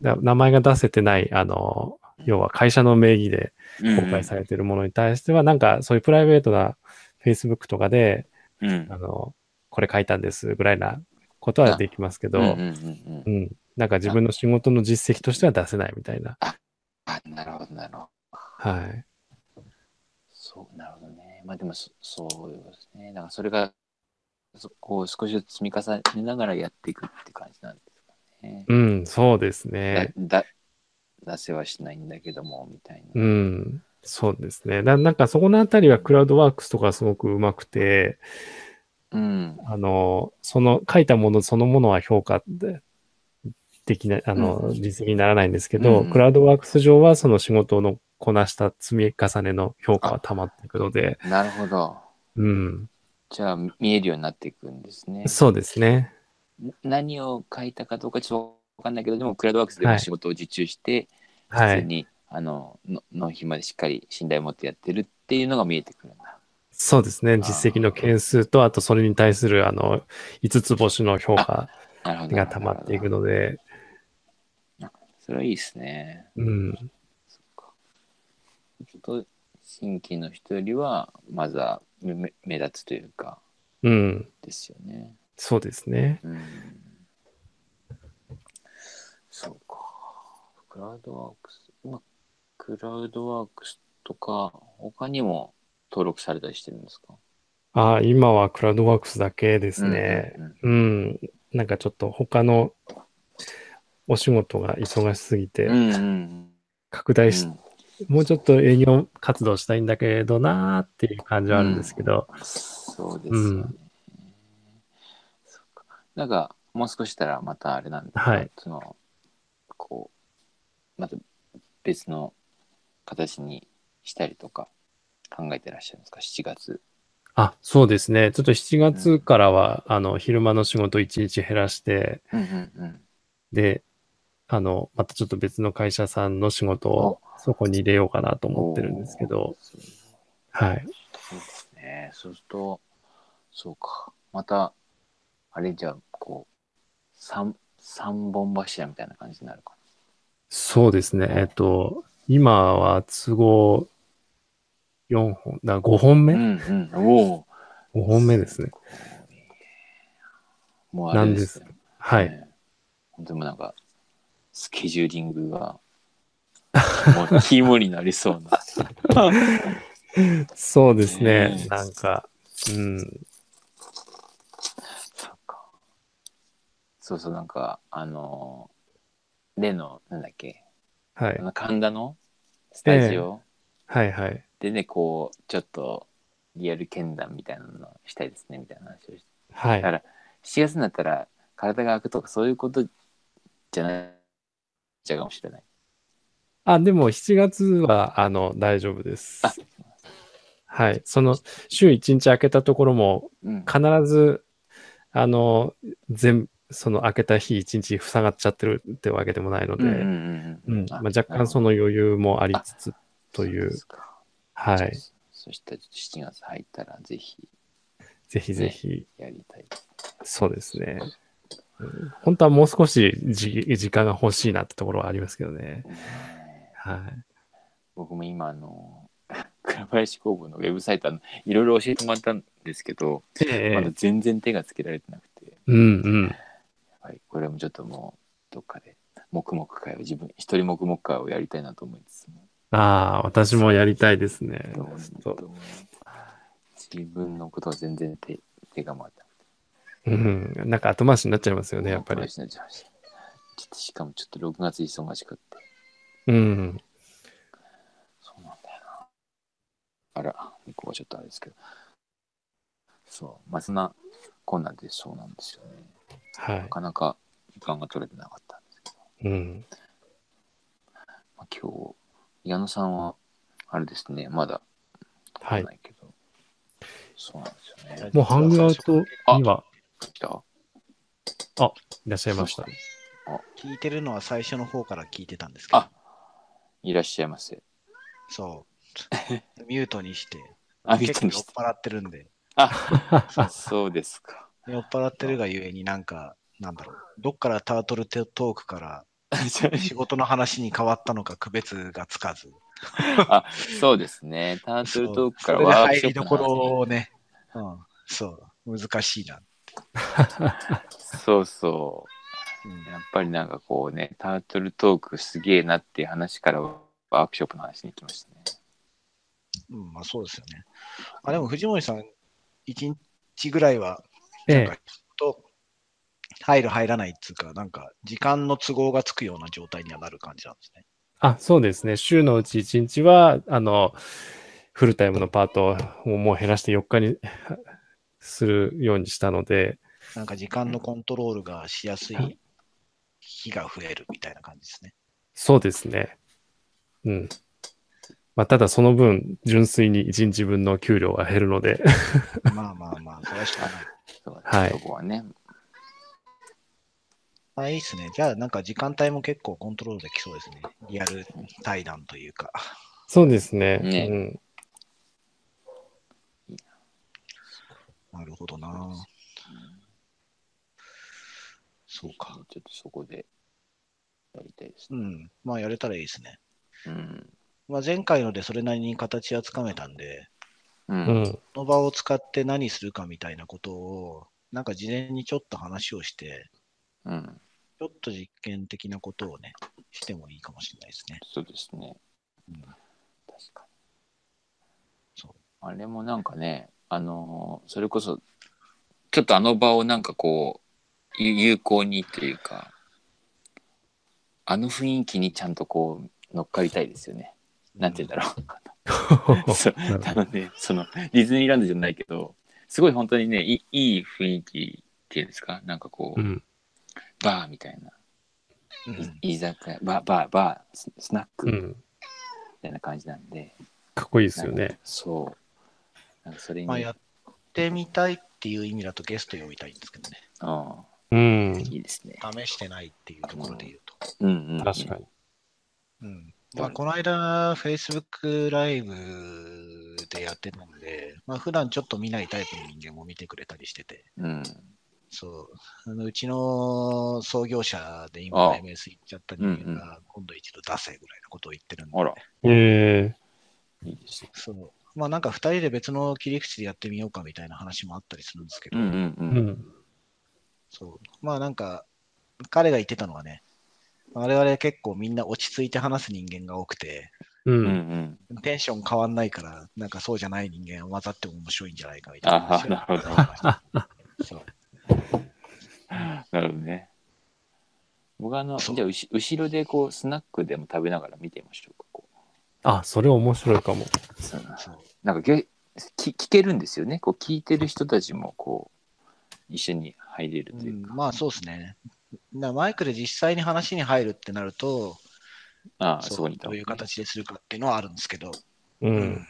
だ名前が出せてない、あの、要は会社の名義で
うん、
公開されてるものに対しては、なんかそういうプライベートな Facebook とかで、
うんうん
あの、これ書いたんですぐらいなことはできますけど、
うんうんうんう
うんん。なんか自分の仕事の実績としては出せないみたいな。
あなるほどなるほど
はい。
そうなるほどねまあでもそそうですねだからそれがそこう少しずつ積み重ねながらやっていくって感じなんですかね
うん、そうです
だ
ね。
だ出せはしないんだけどもみたいな。
うん。そうですね。ななんかそこのあたりはクラウドワークスとかすごくうまくて、
うん。
あの、その書いたものそのものは評価でできない、あの、
うん
実績にならないんですけど、
うん
クラウドワークス上はその仕事のこなした積み重ねの評価は溜まっていくので、
なるほど。
うん。
じゃあみ見えるようになっていくんですね。
そうですね。
な何を書いたかどうかちょっとわかんないけどでもクラウドワークスでも
はい
仕事を受注して、
は
普通
い。
にあのの納品までしっかり信頼を持ってやってるっていうのが見えてくるんだ。
そうですね。実績の件数と、あとそれに対する、あの、5つ星の評価
なるほど。
が溜まってい
な
く
る
ので、
ほど。それはいいですね。
うん。
そっかちょっと新規の人よりはまずは目目目立つというか
うん。
ですよね。
そうですね。
うんそうか。クラウドワークス、今、クラウドワークスとか、他にも登録されたりしてるんですか
あ今はクラウドワークスだけですね。。
うんうんうん
うん。なんかちょっと他のお仕事が忙しすぎて、
うんうんう
拡大し、
ん。
もうちょっと営業活動したいんだけどなーっていう感じはあるんですけど、
そうですよね。
うん
そっか。なんか、もう少ししたらまたあれなんです
はい
その、こう、また別の形にしたりとか考えてらっしゃるんですか ?7 月。
あ、そうですね。ちょっと7月からは、あの、昼間の仕事1日減らして、
うんうんうん。
で、あの、またちょっと別の会社さんの仕事をそこに入れようかなと思ってるんですけど、
そう
はい。
ですね。そうすると、そうか。また、あれじゃあ、こう、三、三本柱みたいな感じになるか
そうですね。えっと、今は都合4本、だ5本
な。
目、
う
五
んうん。おお。
?5 本目ですね。
もうあれですね。
はい。
ね。でもなんか、スケジューリングが、もう肝になりそう な。
そうですね
ね。え
なんか、うん。
そうか。そうそう、なんか、あのー、例の、なんだっけ、
はい
あ。の神田のスタジオ。
はいはい。
でねこうちょっとリアル剣談みたいなのをしたいですねみたいな話をして
は
だか
い。
ら7月になったら体が空くとかそういうことじゃないじゃかもしれない
あ、でも7月は、あの、大丈夫です
あ。
はい。その、週1日開けたところも、
うん
必ず、あの、全、その開けた日一日塞がっちゃってるってわけでもないので、
う
うん
うん
ん
うんうん
まあ、若干そ
の
の余裕もありつつという、は
はい
い。
そしたら7月入ったらぜひ
ぜひぜひ、
やりたい
そうですね。うん本当はもう少しじ時間が欲しいなってところはありますけどね。
ね
はい。
僕も今あの 倉林工房のウェブサイトあのいろいろ教えてもらったんですけど、
え
まだ全然手がつけられてなくて
うんうん。
はい、これもちょっともうどっかで黙々会を自分一人黙々会をやりたいなと思いつつも
ああ、私もやりたいですね。ちょっと
自分のことは全然手手が回ってなくて
うん、なんか後回しになっちゃいますよね、やっぱり。
話になっちゃいましたちょっとしかもちょっと6月忙しくって。
うん。
そうなんだよな。あら、猫はちょっとあれですけど。そう、まあ、そんなこんなんでそうなんですよね。
は
なかなか時間が取れてなかったんですけど、
い。うん。
まあ、今日、矢野さんは、あれですね、まだ
は
来
い
な。いけど、そうなんですよね。
もうハングアウトには
来た
いらっしゃいました。
聞いてるのは最初の方から聞いてたんですけど
あ、いらっしゃいませ。
そう。ミュートにして。
あ、見てま
結
し
構酔っ払ってるんで。
た。そうですか。
酔っ払ってるがゆえになんか、なんだろう。どっからタートルトークから仕事の話に変わったのか区別がつかず。
あ、そうですね。タートルトークから
そうそれで
ワーク
入
ショ
り
ップ
ど
の
こ
話
ろをね。うん。そう。難しいな。
そうそう。
うん
やっぱりなんかこうね、タートルトークすげえなっていう話からワークショップの話に行きましたね。
うん、まあそうですよね。あでも藤森さん、1日ぐらいは、
え
なん
え
か、と、入る入らないっていうか、なんか、時間の都合がつくような状態にはなる感じなんですね。
あ、そうですね。週のうち1日は、あの、フルタイムのパートをもう減らして4日にするようにしたので、
なんか時間のコントロールがしやすい日が増えるみたいな感じですね。
そうですね。うん。まあ、ただその分、純粋に1日分の給料は減るので、
まあまあまあ、それはしか ない。
そう
はい
そこはね。
あ、いいですね。じゃあ、なんか時間帯も結構コントロールできそうですね。リアル対談というか。
そうですね。
ね
うん、
なるほどな。そうか。
ちょっとそこでやりたいです
う
ね。
ん。まあ、やれたらいいですね。
うん。
まあ、前回のでそれなりに形はつかめたんで、
う。
うん ん。
この場を使って何するかみたいなことを、なんか事前にちょっと話をして、
うん。
ちょっと実験的なことをね、してもいいかもしれないですね。
そうですね。
うん
確かに。
そう
あれもなんかね、あのーそれこそ、ちょっとあの場をなんかこう、ゆ有効にというか、あの雰囲気にちゃんとこう、乗っかりたいですよね。なんて言うんだろう。そう
なるほど
あのね、そのディズニーランドじゃないけど、すごい本当にね、いいいい雰囲気っていうんですか、なんかこう、
うん。
バーみたいな、
うん。うん
い居酒屋、バー、バー、バー、ススナック
う
み
ん。
たいな感じなんで、
かっこいいです
なん
よ
か
ね。
そう。なんかそれに、
まあ、やってみたいっていう意味だとゲスト呼びたいんですけどね。
あ
うん
あ、。いいですね。
試してないっていうところで言うと。
うんうん、うん。
確かに。
うん。まあ、この間、Facebook ライブでやってたんで、まあ、普段ちょっと見ないタイプの人間も見てくれたりしてて、
うん。
そう。あのうちの創業者で
あ
今
あ
MS 行っちゃった人間
う
が今度一度出せぐらいのことを言ってるんで、
あら、
え
いいですね。
そう。まあなんか二人で別の切り口でやってみようかみたいな話もあったりするんですけ
う
ど、
んうんう
え
ん。
うん。
そう。まあなんか彼が言ってたのはね、我々結構みんな落ち着いて話す人間が多くて、
う。
うんうんん。
テンション変わんないから、なんかそうじゃない人間は混ざっても面白いんじゃないかみたいな話
ああなるほ
ど。そう。
なるほどね。僕はあの、
そう
じゃあうし、後ろでこう、スナックでも食べながら見てみましょうか、こ
あ、それ面白いかも。
う。そうなん
そう
なんかげき聞けるんですよね。こう聞いてる人たちもこう一緒に入れると
う、
いうんか。
まあそうですね。なマイクで実際に話に入るってなると、
ああ、
そう
そこにいた
ど
方
う
がい
い
いう
形でするかっていうのはあるんですけど、
うん。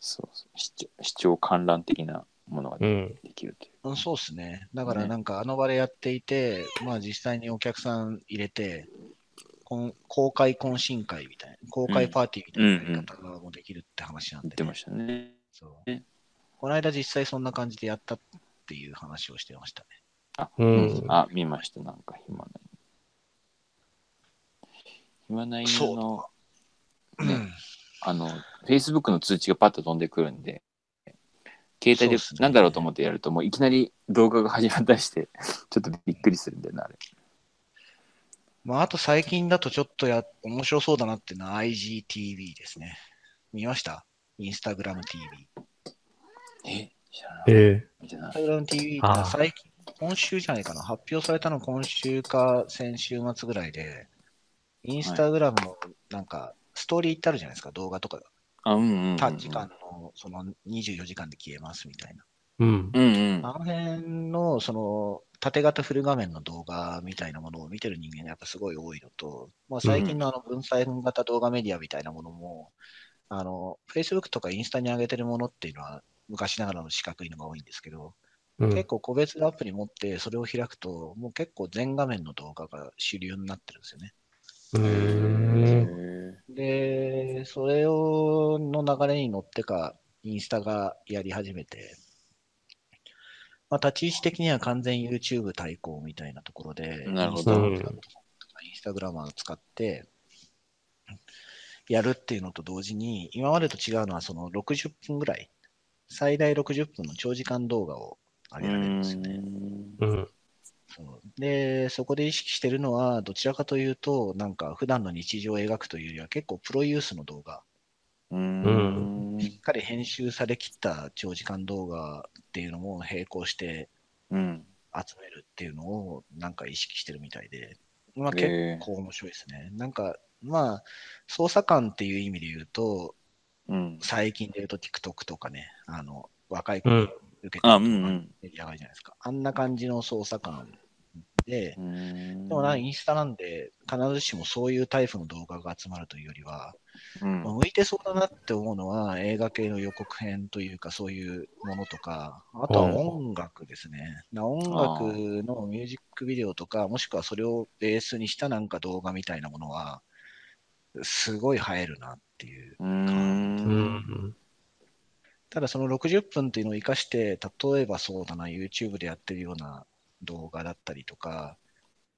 そうそう視聴。視聴観覧的なものが
う
で
ん。
きるという。
うんそうですね。だからなんかあの場でやっていて、まあ実際にお客さん入れて、こん公開懇親会みたいな、公開パーティーみたいなやり方もできるって話なん
言っ
で、
てましたね。
そうこの間実際そんな感じでやったっていう話をしてましたね。
あ、
うん
うんあ見ました。なんか暇ない。暇ないのの、ね、あの、Facebook の通知がパッと飛んでくるんで、携帯
そう
で
っすね
何だろうと思ってやると、もうい きなり動画が始まったりして、ちょっとびっくりするんだよな、あれ。
うまあ、あと最近だとちょっとや、面白そうだなっていうのは IGTV ですね。見ましたインスタグラム TV。
え知らない。
え
見て
イン
な
スタ
い。
グラム TV
あー
って最近、今週じゃないかな。発表されたの今週か先週末ぐらいで、インスタグラムのなんか、ストーリーってあるじゃないですか、動画とかが。
あ、うんうんうんうん。
短時間の、その24時間で消えますみたいな。
えうん。
うんうん。
あの辺の、その、縦型フル画面の動画みたいなものを見てる人間がやっぱすごい多いのと、まあ、最近のあの分散型動画メディアみたいなものも、あの、Facebook とかインスタに上げてるものっていうのは、昔ながらの四角いのが多いんですけど、
うん
結。構個別のアプリ持って、それを開くと、もう結構全画面の動画が主流になってるんですよね。
うーん
で、それをの流れに乗ってか、インスタがやり始めて、まあ、立ち位置的には完全 YouTube 対抗みたいなところで、
なるほ
ど
インスタグラムとかインスタグラマーを使って、やるっていうのと同時に、今までと違うのは、その60分ぐらい、最大60分の長時間動画を上げられるんですよね。
うん。
そうで、そこで意識してるのは、どちらかというと、なんか普段の日常を描くというよりは、結構プロユースの動画、
うん。
う
しっかり編集されきった長時間動画っていうのも並行して
うん。
集めるっていうのをなんか意識してるみたいで、まあ、
へえ
結構面白いですね。なんか、まあ、操作感っていう意味で言うと、
うん。
最近で言うと TikTok とかね、あの、若い子
う
に
ん。
受けて
あ、
る
うんうん。
メディアがあるじゃないですか。あんな感じの操作感で、
うん
でもな、インスタなんで、必ずしもそういうタイプの動画が集まるというよりは、
うん
まあ向いてそうだなって思うのは、映画系の予告編というか、そういうものとか、あとは音楽ですね。な音楽のミュージックビデオとか、もしくはそれをベースにしたなんか動画みたいなものは、すごい映えるなっていう。
うん
う。ん。
ただその60分っていうのを活かして、例えばそうだな、YouTube でやってるような動画だったりとか、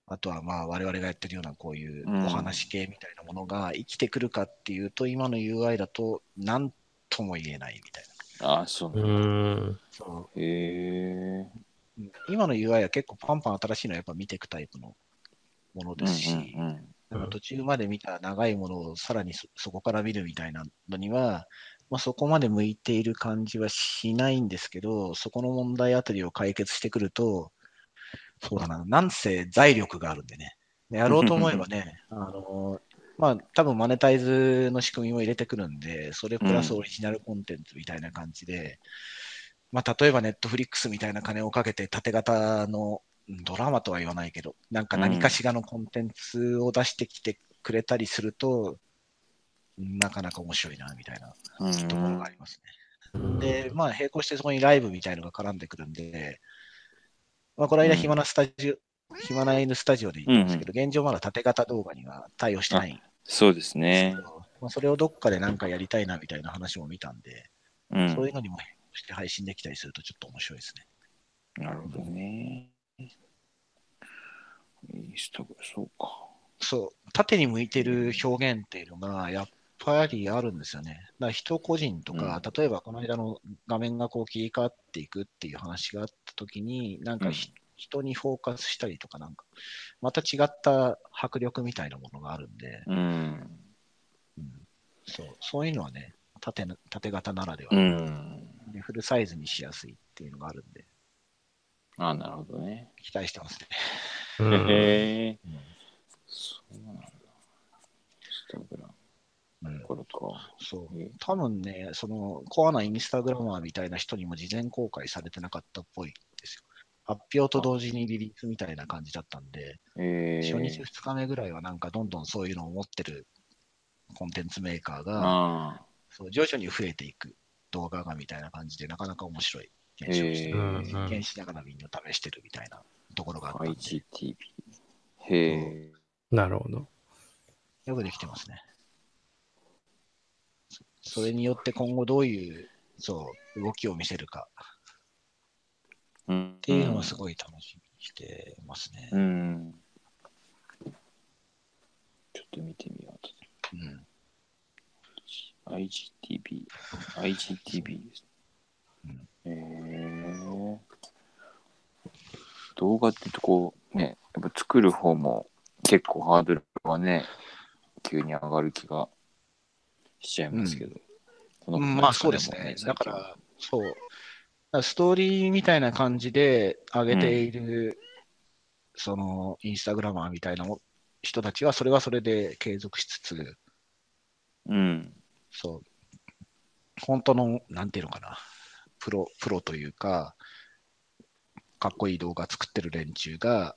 あとはまあ我々がやってるようなこういう
うん
お話系みたいなものが生きてくるかっていうと、今の UI だと何とも言えないみたいな。
あ、そう
う。ん。
そ
へえ。
う今の UI は結構パンパン新しいのはやっぱ見ていくタイプのものですし、
うんうん
なんか途中まで見た長いものをさらにそそこから見るみたいなのには、まあ、そこまで向いている感じはしないんですけど、そこの問題あたりを解決してくると、そうだな、なんせ財力があるんでね。でやろうと思えばね、あの、まあ、多分マネタイズの仕組みも入れてくるんで、それプラスオリジナルコンテンツみたいな感じで、まあ、例えばネットフリックスみたいな金をかけて縦型のうんドラマとは言わないけど、なんか何かしらのコンテンツを出してきてくれたりすると、なかなか面白いな、みたいな
うんうん。
ところがあります
うん
ね。で、まあ、並行してそこにライブみたいのが絡んでくるんで、まあ、この間、
うん
暇なスタジオ、暇な犬スタジオで言ったんですけど、現状まだ縦型動画には対応してないんです
そうです
け
ね
ど。、まあ、それをどっかでなんかやりたいな、みたいな話も見たんで、
うん。
そういうのにも並行して配信できたりするとちょっと面白いですね。
なるほどね。インスタグラム、そうか。
そう、縦に向いてる表現っていうのが、やっぱりあるんですよね。だから人個人とか、例えばこの間の画面がこう切り替わっていくっていう話があったときに、なんかひ、人にフォーカスしたりとか、なんか、また違った迫力みたいなものがあるんで、
うん。
うんそうそういうのはね、縦な縦型ならでは、
うん。
でフルサイズにしやすいっていうのがあるんで、
あ、なるほどね。
期待してますね。
うん
へえ。
うん
そうなんだ。インスタグラム
うん
の頃か。
そう
うん
多分ね、そのコアなインスタグラマーみたいな人にも事前公開されてなかったっぽいんですよ。発表と同時にリリースみたいな感じだったんで、
ええ。
初日2日目ぐらいはなんかどんどんそういうのを持ってるコンテンツメーカーが、
ああ。
そう徐々に増えていく動画がみたいな感じで、なかなか面白い現象をして
へ
る
え。
うん
実験しながらみんな試してるみたいなところがあったんで、
IGTV。へえ。
なるほど。
よくできてますね。そそれによって今後どういうそう動きを見せるか。
うん。っ
っていうのはすごい楽しみにしてますね。
うん。ちょっと見てみようと。
うん。
IGTV。IGTV です
うん。
へえ。動画ってとこ、ね、やっぱ作る方も結構ハードルがね、急に上がる気がしちゃいますけど。この
う
子たち
ん
も
まあそうですね。だか、ら、そう。だからストーリーみたいな感じで上げている、その、インスタグラマーみたいな人たちは、それはそれで継続しつつ、
最近うん。
そう。本当の、なんていうのかな。プロ、プロというか、かっこいい動画作ってる連中が、
うん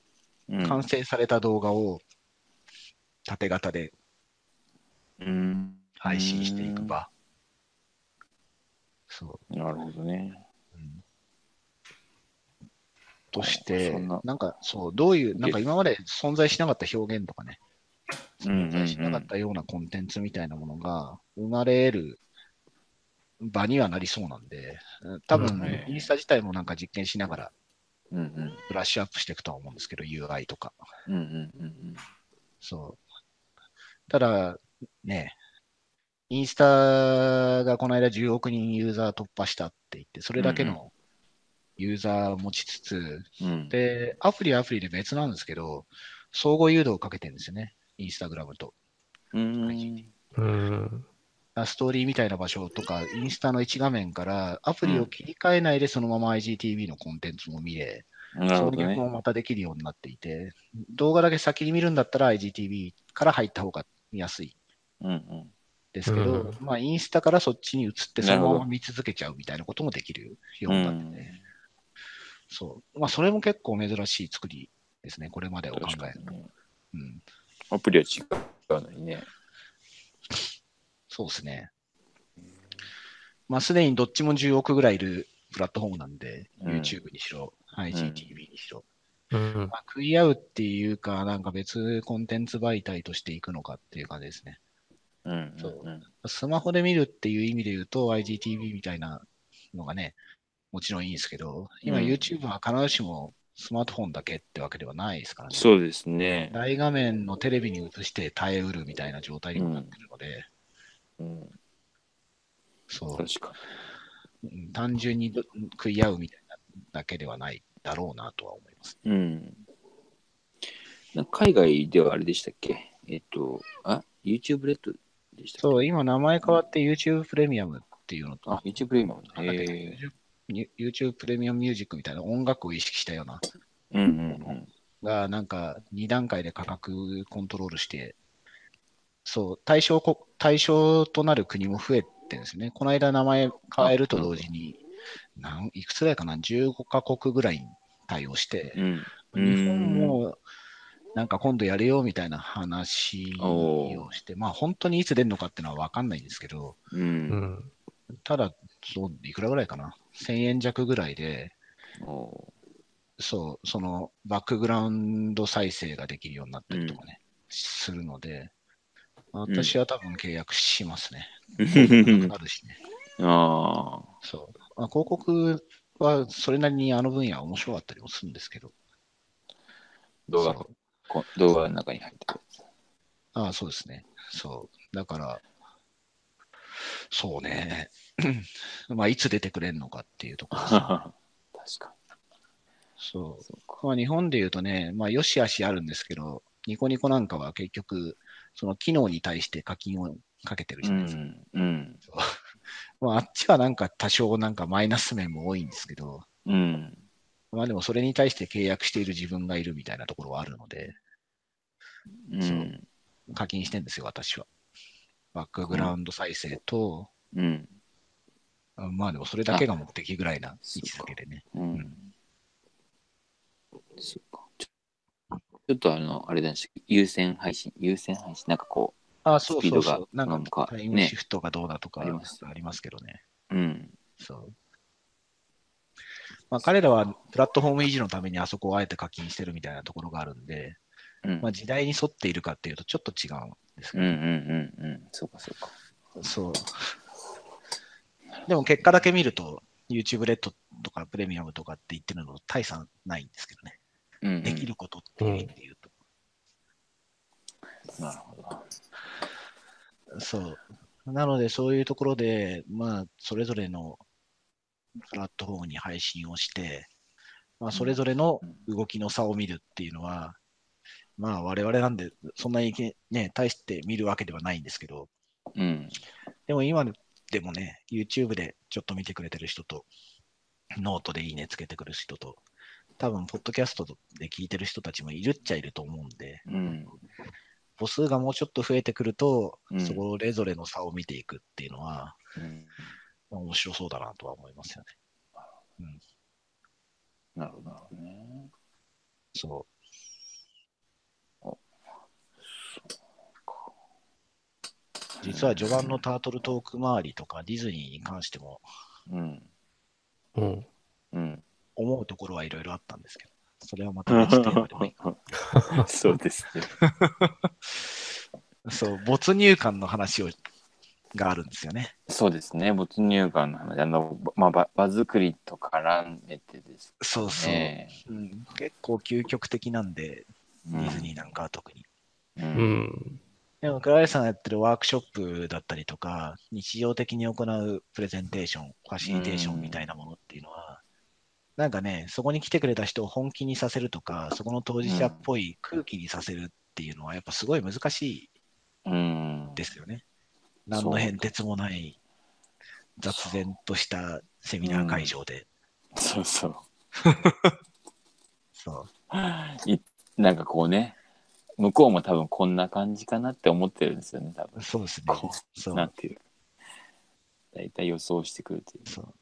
完成された動画を縦型で
うん。
配信していく場。そう。
うん。なるほどね。
とし
そ
て、
ん
な
なん
かそう、どういう、なんか今まで存在しなかった表現とかね、
うんうんうん
存在しなかったようなコンテンツみたいなものが生まれる場にはなりそうなんで、多分、
うん
インスタ自体もなんか実験しながら
うんうん。
ブラッシュアップしていくとは思うんですけど、UI とか。
うんうんうん
そう。ただ、ね、インスタがこの間10億人ユーザー突破したって言って、それだけ
うん
のユーザーを持ちつつ、
うん。うん、
で、アプリはアプリで別なんですけど、相互誘導をかけてるんですよね、インスタグラムと。
うん。
うん。
あストーリーみたいな場所とか、インスタの1画面からアプリを切り替えないでそのまま IGTV のコンテンツも見れ、
なる
省
ほど
略も
ね。
またできるようになっていて、動画だけ先に見るんだったら IGTV から入った方が見やすい
うんうん。
ですけど、まあ、インスタからそっちに移って、そ
なるほど
のまま見続けちゃうみたいなこともできるようになってね。そう。まあ、それも結構珍しい作りですね、これまでを考
確か
える
にね。
と。うん。
アプリは違うのにね。
そうですね。まあ、すでにどっちも10億ぐらいいるプラットフォームなんで、
うん
YouTube にしろ、IGTV にしろ。
うん。
まあ、食い合うっていうか、なんか別コンテンツ媒体としていくのかっていう感じですね。
うんうん
そう
うん。
スマホで見るっていう意味で言うと IGTV みたいなのがね、もちろんいいんですけど、今
うん
YouTube は必ずしもスマートフォンだけってわけではないですからね。
そうですね。
大画面のテレビに映して耐えうるみたいな状態にもなってるので、
うん。
そう
確か
うん、単純にど食い合うみたいなだけではないだろうなとは思います。
に。うん。なんか海外ではあれでしたっけえっと、あ ?YouTube レッドでしたっけ
そう、今名前変わって YouTube プレミアムっていうのと、
あ、YouTube プレミアム。
なんだっけ
へえ。
YouTube- YouTube プレミアムミュージックみたいな音楽を意識したような
うんうん
がなんか2段階で価格コントロールして、そう、対象こ、対象となる国も増えてるんですよね。この間名前変えると同時に、なんいくつぐらいかな、15カ国ぐらいに対応して
う、ん。うん。
日本もなんか今度やれよみたいな話をして、まあ本当にいつ出るのかっていうのは分かんないんですけど、
うん。
う
うん
ん。
ただ、そういくらぐらいかな、1000円弱ぐらいで、
お
そう、そのバックグラウンド再生ができるようになったりとかね、するので、私は多分契約しますね。
ー
なるしね。
ああ。
そう。まあ、広告はそれなりにあの分野は面白かったりもするんですけど。
動画
そう
こ動画の中に入ってくる
ああ、そうですね。そう。だから、そうね。 まあ、いつ出てくれるのかっていうところ
や
で
つ。
す ね
確か
そう
に。。そうか。
まあ、日本で言うとね、まあ、よし悪しあるんですけど、ニコニコなんかは結局、その機能に対して課金をかけてるじ
う
ゃないですか。
ん。うん。
まあ、あっちはなんか多少なんかマイナス面も多いんですけど、
うん。
まあでもそれに対して契約している自分がいるみたいなところはあるので、
う。
そうん課金してんですよ、私は。バックグラウンド再生と、
うん。
まあでもそれだけが目的ぐらいな位置づけでね。
うん。そっか。ちょちょっとあの、あれだし、優先配信、優先配信、なんかこ
あ
そうそうそうスピードが
なん
なんか
かタイムシフトがどうだとか
ねあります
ありますけどね。
う、うん。
そう。まあ彼らはプラットフォーム維持のためにあそこをあえて課金してるみたいなところがあるんで、
うん。
まあ時代に沿っているかっていうとちょっと違うんですけ
うん
ど
うんうんうん。そうかそうか。
そう。でも結果だけ見ると、YouTube レッドとかプレミアムとかって言ってるのと大差ないんですけどね。
うん、うん。
できることっていう意味で言うと。
なるほど。
そう。なので、そういうところで、まあ、それぞれのプラットフォームに配信をして、まあ、それぞれの動きの差を見るっていうのは、まあ我々なんで、そんなにね、大して見るわけではないんですけど、
うん。
でも今でもね、YouTube でちょっと見てくれてる人と、ノートでいいねつけてくる人と、多分、ポッドキャストで聞いてる人たちもいるっちゃいると思うんで、
うん。
母数がもうちょっと増えてくると、
うん
そこれぞれの差を見ていくっていうのは、
うん
まあ面白そうだなとは思いますよね。
なるほどなるほどね。
そ
こ
う。実は序盤のタートルトーク周りとか、ディズニーに関しても、
うん。
うん。
うん。
思うところはいろいろあったんですけど、それはまた別テーマでもいい
そうですね。
そう、没入感の話を、があるんですよね。
そうですね。没入感の話、あの、ばまあ、ば場作りと絡めてです
そうそう。
ね。
うん結構究極的なんで、
う
デ
ん
ィズニーなんかは特に。
う。
うんん。
でも、倉石さんがやってるワークショップだったりとか、日常的に行うプレゼンテーション、ファシリテーションみたいなものっていうのは、なんかね、そこに来てくれた人を本気にさせるとか、そこの当事者っぽい空気にさせるっていうのは、やっぱすごい難し
うん
いですよね。何の変哲もない、雑然としたセミナー会場で。
そうそう。
そう。
いなんかこうね、向こうも多分こんな感じかなって思ってるんですよね、多分。
そうですね。
こ
そう
う、なんていうか。大体予想してくるという
そう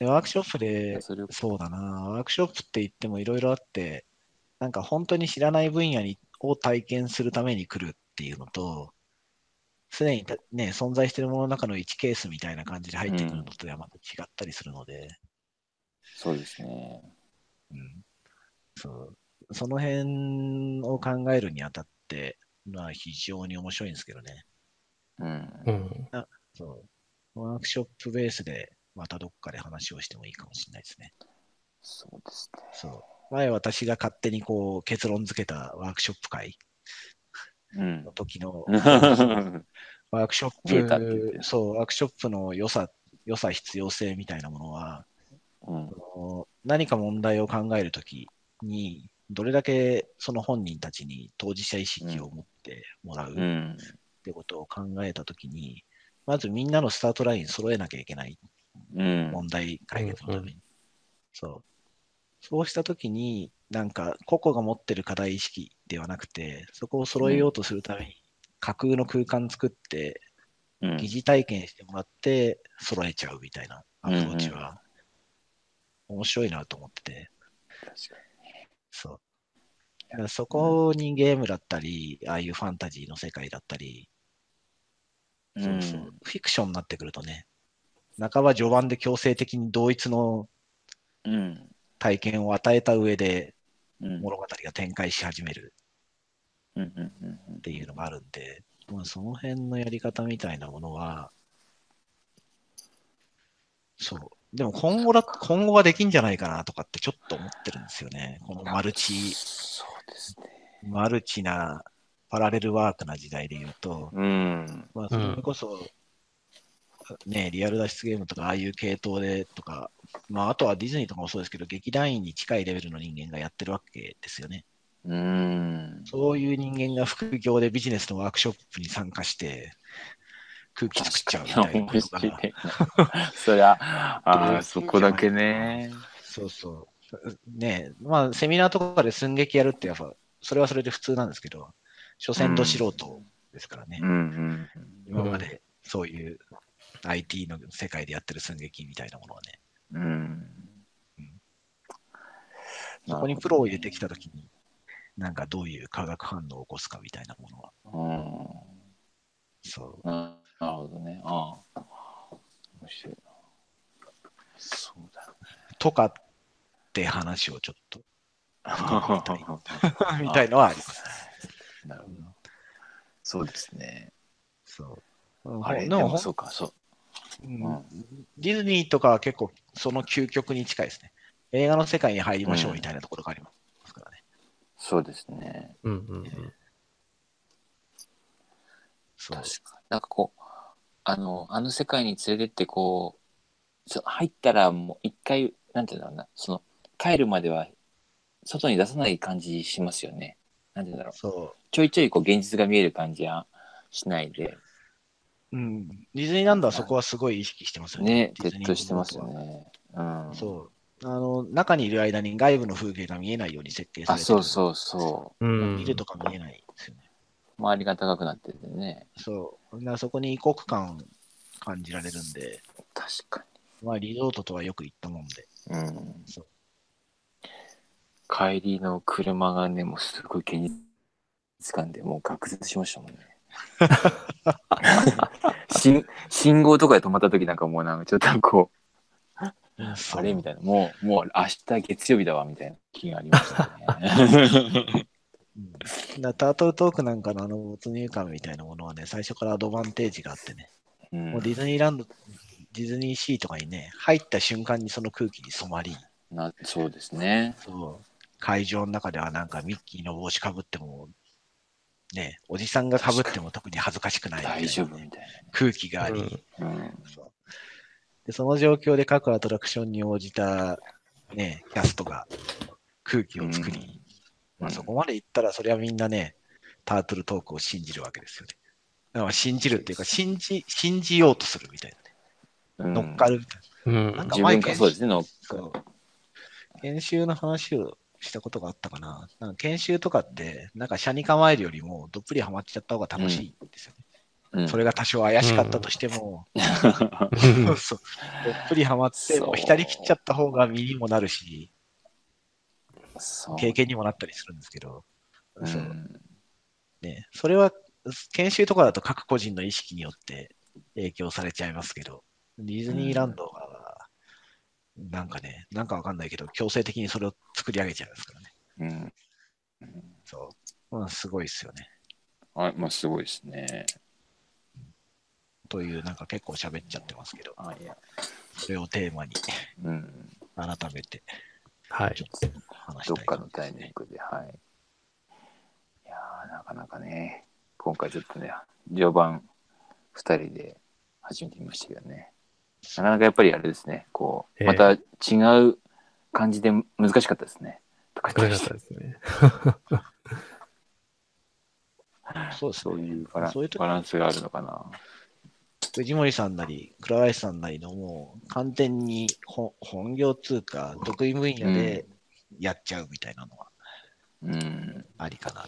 でワークショップで
か。、それを
そうだな、ワークショップって言ってもいろいろあって、なんか本当に知らない分野にを体験するために来るっていうのと、すでにたね、存在しているものの中の1ケースみたいな感じで入ってくるのとはまた違ったりするので、
そうですね。
うんそうその辺を考えるにあたって、まあ非常に面白いんですけどね。
うん。
うん。
そうワークショップベースでまたどっかで話をしてもいいかもしれないですね。
そうですね。
そう前私が勝手にこう結論付けたワークショップ会
うん
の。時の
う
ワークショ
見えたって言っ
ッ
て
プ、そう、ワークショップの良さ、良さ、必要性みたいなものは、
ん
あの何か問題を考えるときに、どれだけその本人たちに当事者意識を持ってもらう
う
っ
ん。
てことを考えたときに、まずみんなのスタートライン揃えなきゃいけない
うん。
問題解決のために。そう。そうしたときに、なんか、個々が持ってる課題意識ではなくて、そこを揃えようとするために、架空の空間作って、
うん
疑似体験してもらって、揃えちゃうみたいなアプローチは、面白いなと思ってて、そう。だからそこにゲームだったり、ああいうファンタジーの世界だったり、
確か
そう
に。
そうフィクションになってくるとね、半ば序盤で強制的に同一の
うん。
体験を与えた上で
うん。うん。
物語が展開し始める
うん。うんうん
っていうのがあるんで、まあ、その辺のやり方みたいなものは、そう。でも今後だ、今後はできんじゃないかなとかってちょっと思ってるんですよね。このマルチ、
そうですね。
マルチなパラレルワークな時代で言うと、
うん。
まあ、それこそ、ね、リアル脱出ゲームとか、ああいう系統でとか、まあ、あとはディズニーとかもそうですけど、劇団員に近いレベルの人間がやってるわけですよね。
うん。
そういう人間が副業でビジネスのワークショップに参加して、空気作っちゃうみたいな
面
ことが、
白いなそりゃ、あーそこだけね。
そうそう。ねえ、まあ、セミナーとかで寸劇やるって、やっぱ、それはそれで普通なんですけど、所詮と素人ですからね、
うんうん。
今までそういう IT の世界でやってる寸劇みたいなものはね、
うん。
そこにプロを入れてきたときに、なんかどういう化学反応を起こすかみたいなものは、
うん。
そう。
なるほどね。ああ。面白いな。そうだ。
とかって話をちょっと、 み
み
たいのはあります。
なるほど。そうですね。
そう。
あれ、
で
で
も
も
ほん
そうか、そう。
うんディズニーとかは結構その究極に近いですね。映画の世界に入りましょうみたいなところがありますからね。
そうですね。
うん。うん。
そう
確かに。なんかこう、あの、あの世界に連れてって、こう、そう入ったらもう一回、なんていうんだろうな、その、帰るまでは、外に出さない感じしますよね。なんて言うんだろう。
そ
ちょいちょいこう現実が見える感じはしないで。
う。うん。ディズニーランドはそこはすごい意識してますよね。
ね、徹
ディズニー
底してますよね。うん。
そう。あの、中にいる間に外部の風景が見えないように設計さ
あ、
れてる
そうそうそう。
うん。
ビルとか見えないですよね。
周りが高くなっててね。
そう。なそこに異国感感じられるんで、
確か
まあリゾートとはよく行ったもんで。
に。うん
そう。
帰りの車がね、もうすごい現実感で、もう愕然としましたもんね。 信信号とかで止まった時なんかもうなんかちょっとこう、あれみ
たい
たいな、もう、もう明日月曜日だわみたいな気がありましたね。
な。タートルトークなんかのあの没入感みたいなものはね、最初からアドバンテージがあってね、
うん
もうディズニーランド、ディズニーシーとかにね、入った瞬間にその空気に染まり、
なそうですね。
そう会場の中ではなんかミッキーの帽子かぶっても、ね、おじさんがかぶっても特に恥ずかしくないみたいな
大丈夫みたい
空気があり、
うん
な。うん
そうで、その状況で各アトラクションに応じた、ね、キャストが空気を作り、
うん
まあ、そこまで行ったら、そりゃみんなね、タートルトークを信じるわけですよね。だから信じるっていうか、信じ、信じようとするみたい
うん
なね。乗っかるみたい
うん
な。なんか
自
前
分かそうですね、乗っか
そう。研修の話をしたことがあったかな。なんか研修とかって、なんか車に構えるよりも、どっぷりハマっちゃった方が楽しいんですよね。
うん
それが多少怪しかったとしても、そうそうどっぷりハマって、
そう
もう浸り切っちゃった方が身にもなるし、
そう
経験にもなったりするんですけど、
う
そうんね、それは研修とかだと各個人の意識によって影響されちゃいますけど、ディズニーランドは、なんかね、なんかわかんないけど、強制的にそれを作り上げちゃいますからね。
うん。
そう。まあ、すごいですよね。
あ、まあすごいですね。
という、なんか結構喋っちゃってますけど、
あ、いや。
それをテーマに
うん。
改めて
はい
ち。ょっと話
ど
し
った
い
かのタイミングで、はい。いやーなかなかね、今回ちょっとね、序盤2人で始めてみましたけどね。なかなかやっぱりあれですね、こう、
ええ
また違う感じで難しかったですね。とか
おかしかったですね。
そうです
そう
ね。
いうバラ
そういう時
バランスがあるのかな。
藤森さんなり、倉林さんなりのもう完全に本本業通か、得意分野でやっちゃうみたいなのは
うん。
ありかな。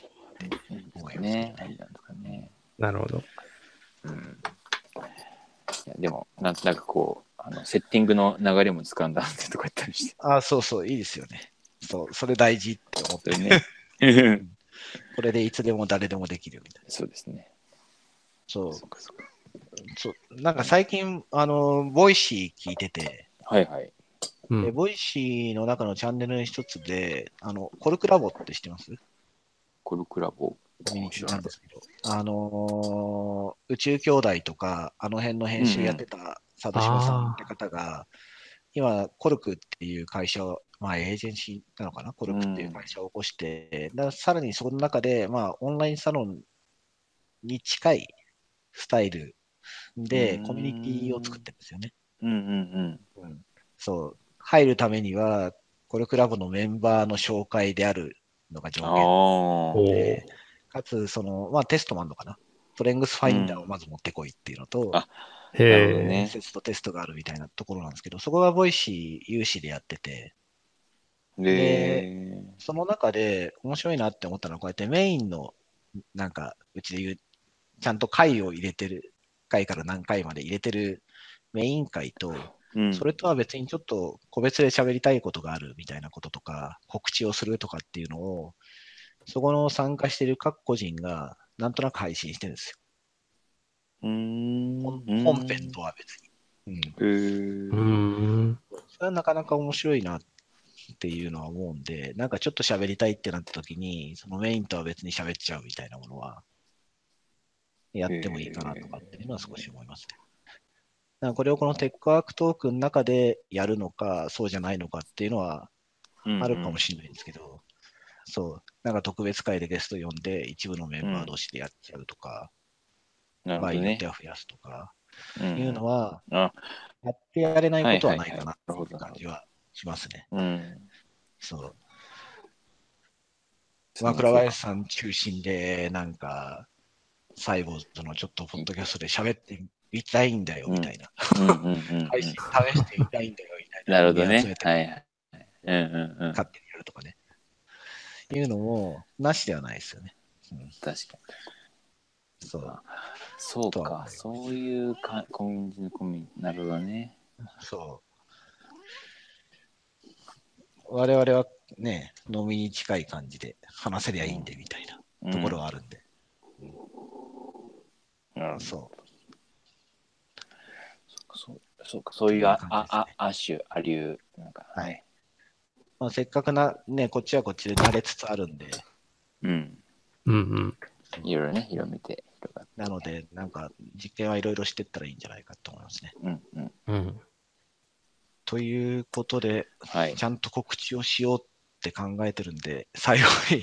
思います
ね
ね。
ありなんですかね。
なるほど。
うん。いやでも、なんとなくこう、あのセッティングの流れもつかんだってとか言ったりして。
あそうそう、いいですよね。そう、それ大事って思って
そ
る。
れ ね。
これでいつでも誰でもできるみたいな。
そうですね。
そう、
そうかそうか。
そう。なんか最近、あの、ボイシー聞いてて、
はいはい。
う
で
ん。
ボイシーの中のチャンネルの一つで、あの、コルクラボって知ってます
コルクラボ。
コミュニティなんですけど、あのー宇宙兄弟とか、あの辺の編集やってた佐渡島さんって方が、今、コルクっていう会社を、まあ、エージェンシーなのかな、コルクっていう会社を起こして、だからさらにその中で、まあ、オンラインサロンに近いスタイルで
うん、
コミュニティを作ってるんですよね。
うんうん
そう、入るためには、コルクラボのメンバーの紹介であるのが条
うん。
件
あ
お
あ。
ー
で、かつ、その、まあ、テストもあるのかな。トレングスファインダーをまず持ってこいっていうのと、
あなるほど
へえ。
ね
面接とテストがあるみたいなところなんですけど、そこがボイシー有志でやってて、
で、
その中で面白いなって思ったのは、こうやってメインの、なんか、うちで言う、ちゃんと回を入れてる、回から何回まで入れてるメイン回と、
うん
それとは別にちょっと個別で喋りたいことがあるみたいなこととか、告知をするとかっていうのを、そこの参加している各個人が、なんとなく配信してるんです
う
よ。
ーん
本本編とは別に。うん。
へー
うーん。
それはなかなか面白いなっていうのは思うんで、なんかちょっと喋りたいってなった時に、そのメインとは別に喋っちゃうみたいなものは、やってもいいかなとかっていうのは少し思いますね。だからこれをこのテックワークトークの中でやるのか、そうじゃないのかっていうのはあるかもしれないんですけど、そう、なんか特別会でゲスト呼んで、一部のメンバー同士でやっちゃうとか、
れな
場合
い。
によっ
ね
て。は増やすとか、
うん
いうのは、
あ
やってやれないことはない
はいはいは
かない
なるほど
っていう感じはしますね。
うん。
そう。まあ、倉林さん中心で、なんか、サイボーズとのちょっとポッドキャストで喋ってみたいんだよ、みたいな。
うんうんうんうん
配信試してみたいんだよ、みたいな。
なるほど
人間集め
ね。
て
はいはい。うんうんうん。確か
勝手にやるとかね。いうのも、なしではないですよね。
に。
そう。
そう
とは思い
か
ま。す
そういうかコミュニティのコミュニティ。なるほどね。
そう。我々はね、飲みに近い感じで話せりゃいいんで、みたいな
うん
ところはあるんで。
うん
そう。
そうそうか、そういうあ、あ、あ、亜種、亜流、なんか、
はい。まあ、せっかくな、ね、こっちはこっちで慣れつつあるんで、
うん。
うん
いろいろね、広めて、広がって。
なので、なんか、実験はいろいろしてったらいいんじゃないかと思いますね。
うんうん。
うん。うん。
ということで、
はい
ち。ゃんと告知をしようって考えてるんで、最後に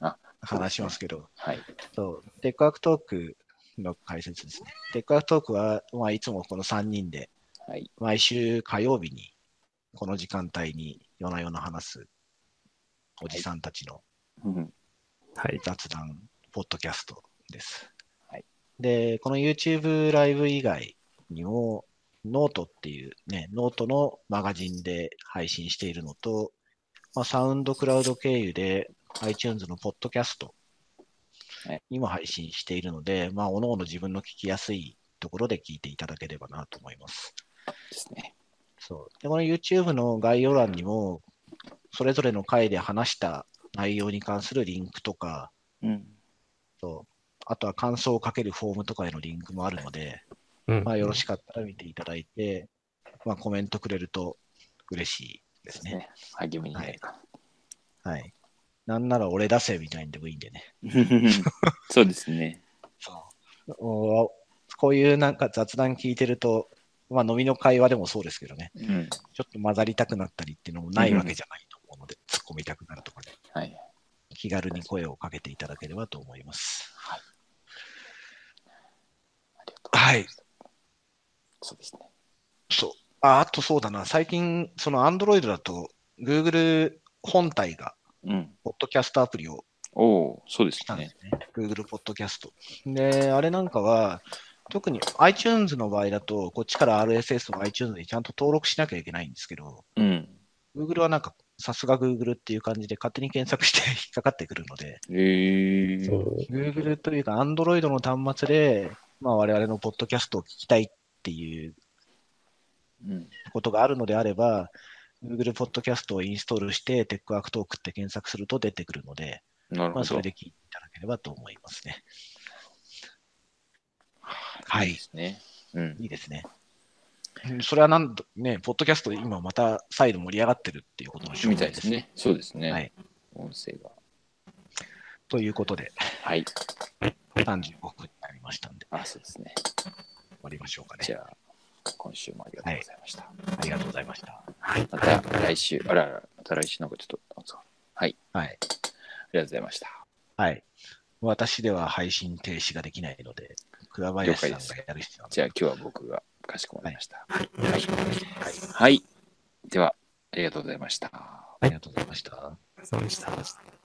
あ
話しますけど、
はい。
そう、テックワークトークの解説ですね。テックワークトークは、まあ、いつもこの3人で、
はい。
毎週火曜日に、この時間帯に夜な夜な話すおじさんたちの
うん。
はい。
雑談、ポッドキャストです。
はい
で、この YouTube ライブ以外にも、ノートっていうね、ノートのマガジンで配信しているのと、まあ、サウンドクラウド経由で iTunes のポッドキャスト
はい
にも配信しているので、まあ、おのおの自分の聞きやすいところで聞いていただければなと思います。
ですね。
そう。で、この YouTube の概要欄にも、それぞれの回で話した内容に関するリンクとか、
うん。
とあとは感想をかけるフォームとかへのリンクもあるので、
うん。
まあ、よろしかったら見ていただいて、まあ、コメントくれると嬉しいで
です
すね。
ね。励みになるか。
はい。なんなら俺出せみたいでもいいんでね。
そうですね。
そうおこういうなんか雑談聞いてると、まあ、飲みの会話でもそうですけどね、
うん。
ちょっと混ざりたくなったりっていうのもないわけじゃないと思うので、突っ込みたくなるとかね。
はい。
気軽に声をかけていただければと思います。
ありがとうございます。そうですね。
そう。あ、あとそうだな。最近、その Android だと、Google 本体が、
うん。
ポッドキャストアプリを
おお、そうです
したんで
ね
す。ね。Google ポッドキャスト。で、あれなんかは、特に iTunes の場合だと、こっちから RSS を iTunes にちゃんと登録しなきゃいけないんですけど、
うん。
Google はなんか、さすが Google っていう感じで勝手に検索して 引っかかってくるので、
ええ。
そう。
Google というか、Android の端末で、まあ、我々のポッドキャストを聞きたいっていう
うん。
ことがあるのであれば、Google ポッドキャストをインストールして、テックワークトークって検索すると出てくるので、
なる
ま
ほ
あ、そ
ど
れ。で聞いていただければと思いますね。はい、
で
い
すね。うん。
いですね。それはなんとね、ポッドキャストで今また再度盛り上がってるっていうことの証
み
拠
たいです。ね。そうです
は
ね
い。
音声が。
ということで、
はい。
35分になりましたんで、
あ、そうですね。
終わりましょうか
じ
ね。
ゃあ、今週もありがとうございました。
ありがとうございました。
また来週、あらら、また来週なんかちょっと、はい、
は
あ
い。
りがとうございました。
はい。私では配信停止ができないので、倉林さんがやる必要は
じゃあ、今日は僕がかしこまりました。はい。
ないはい。
はい、では、ありがとうございました。
ありがとうございました。
そうでした。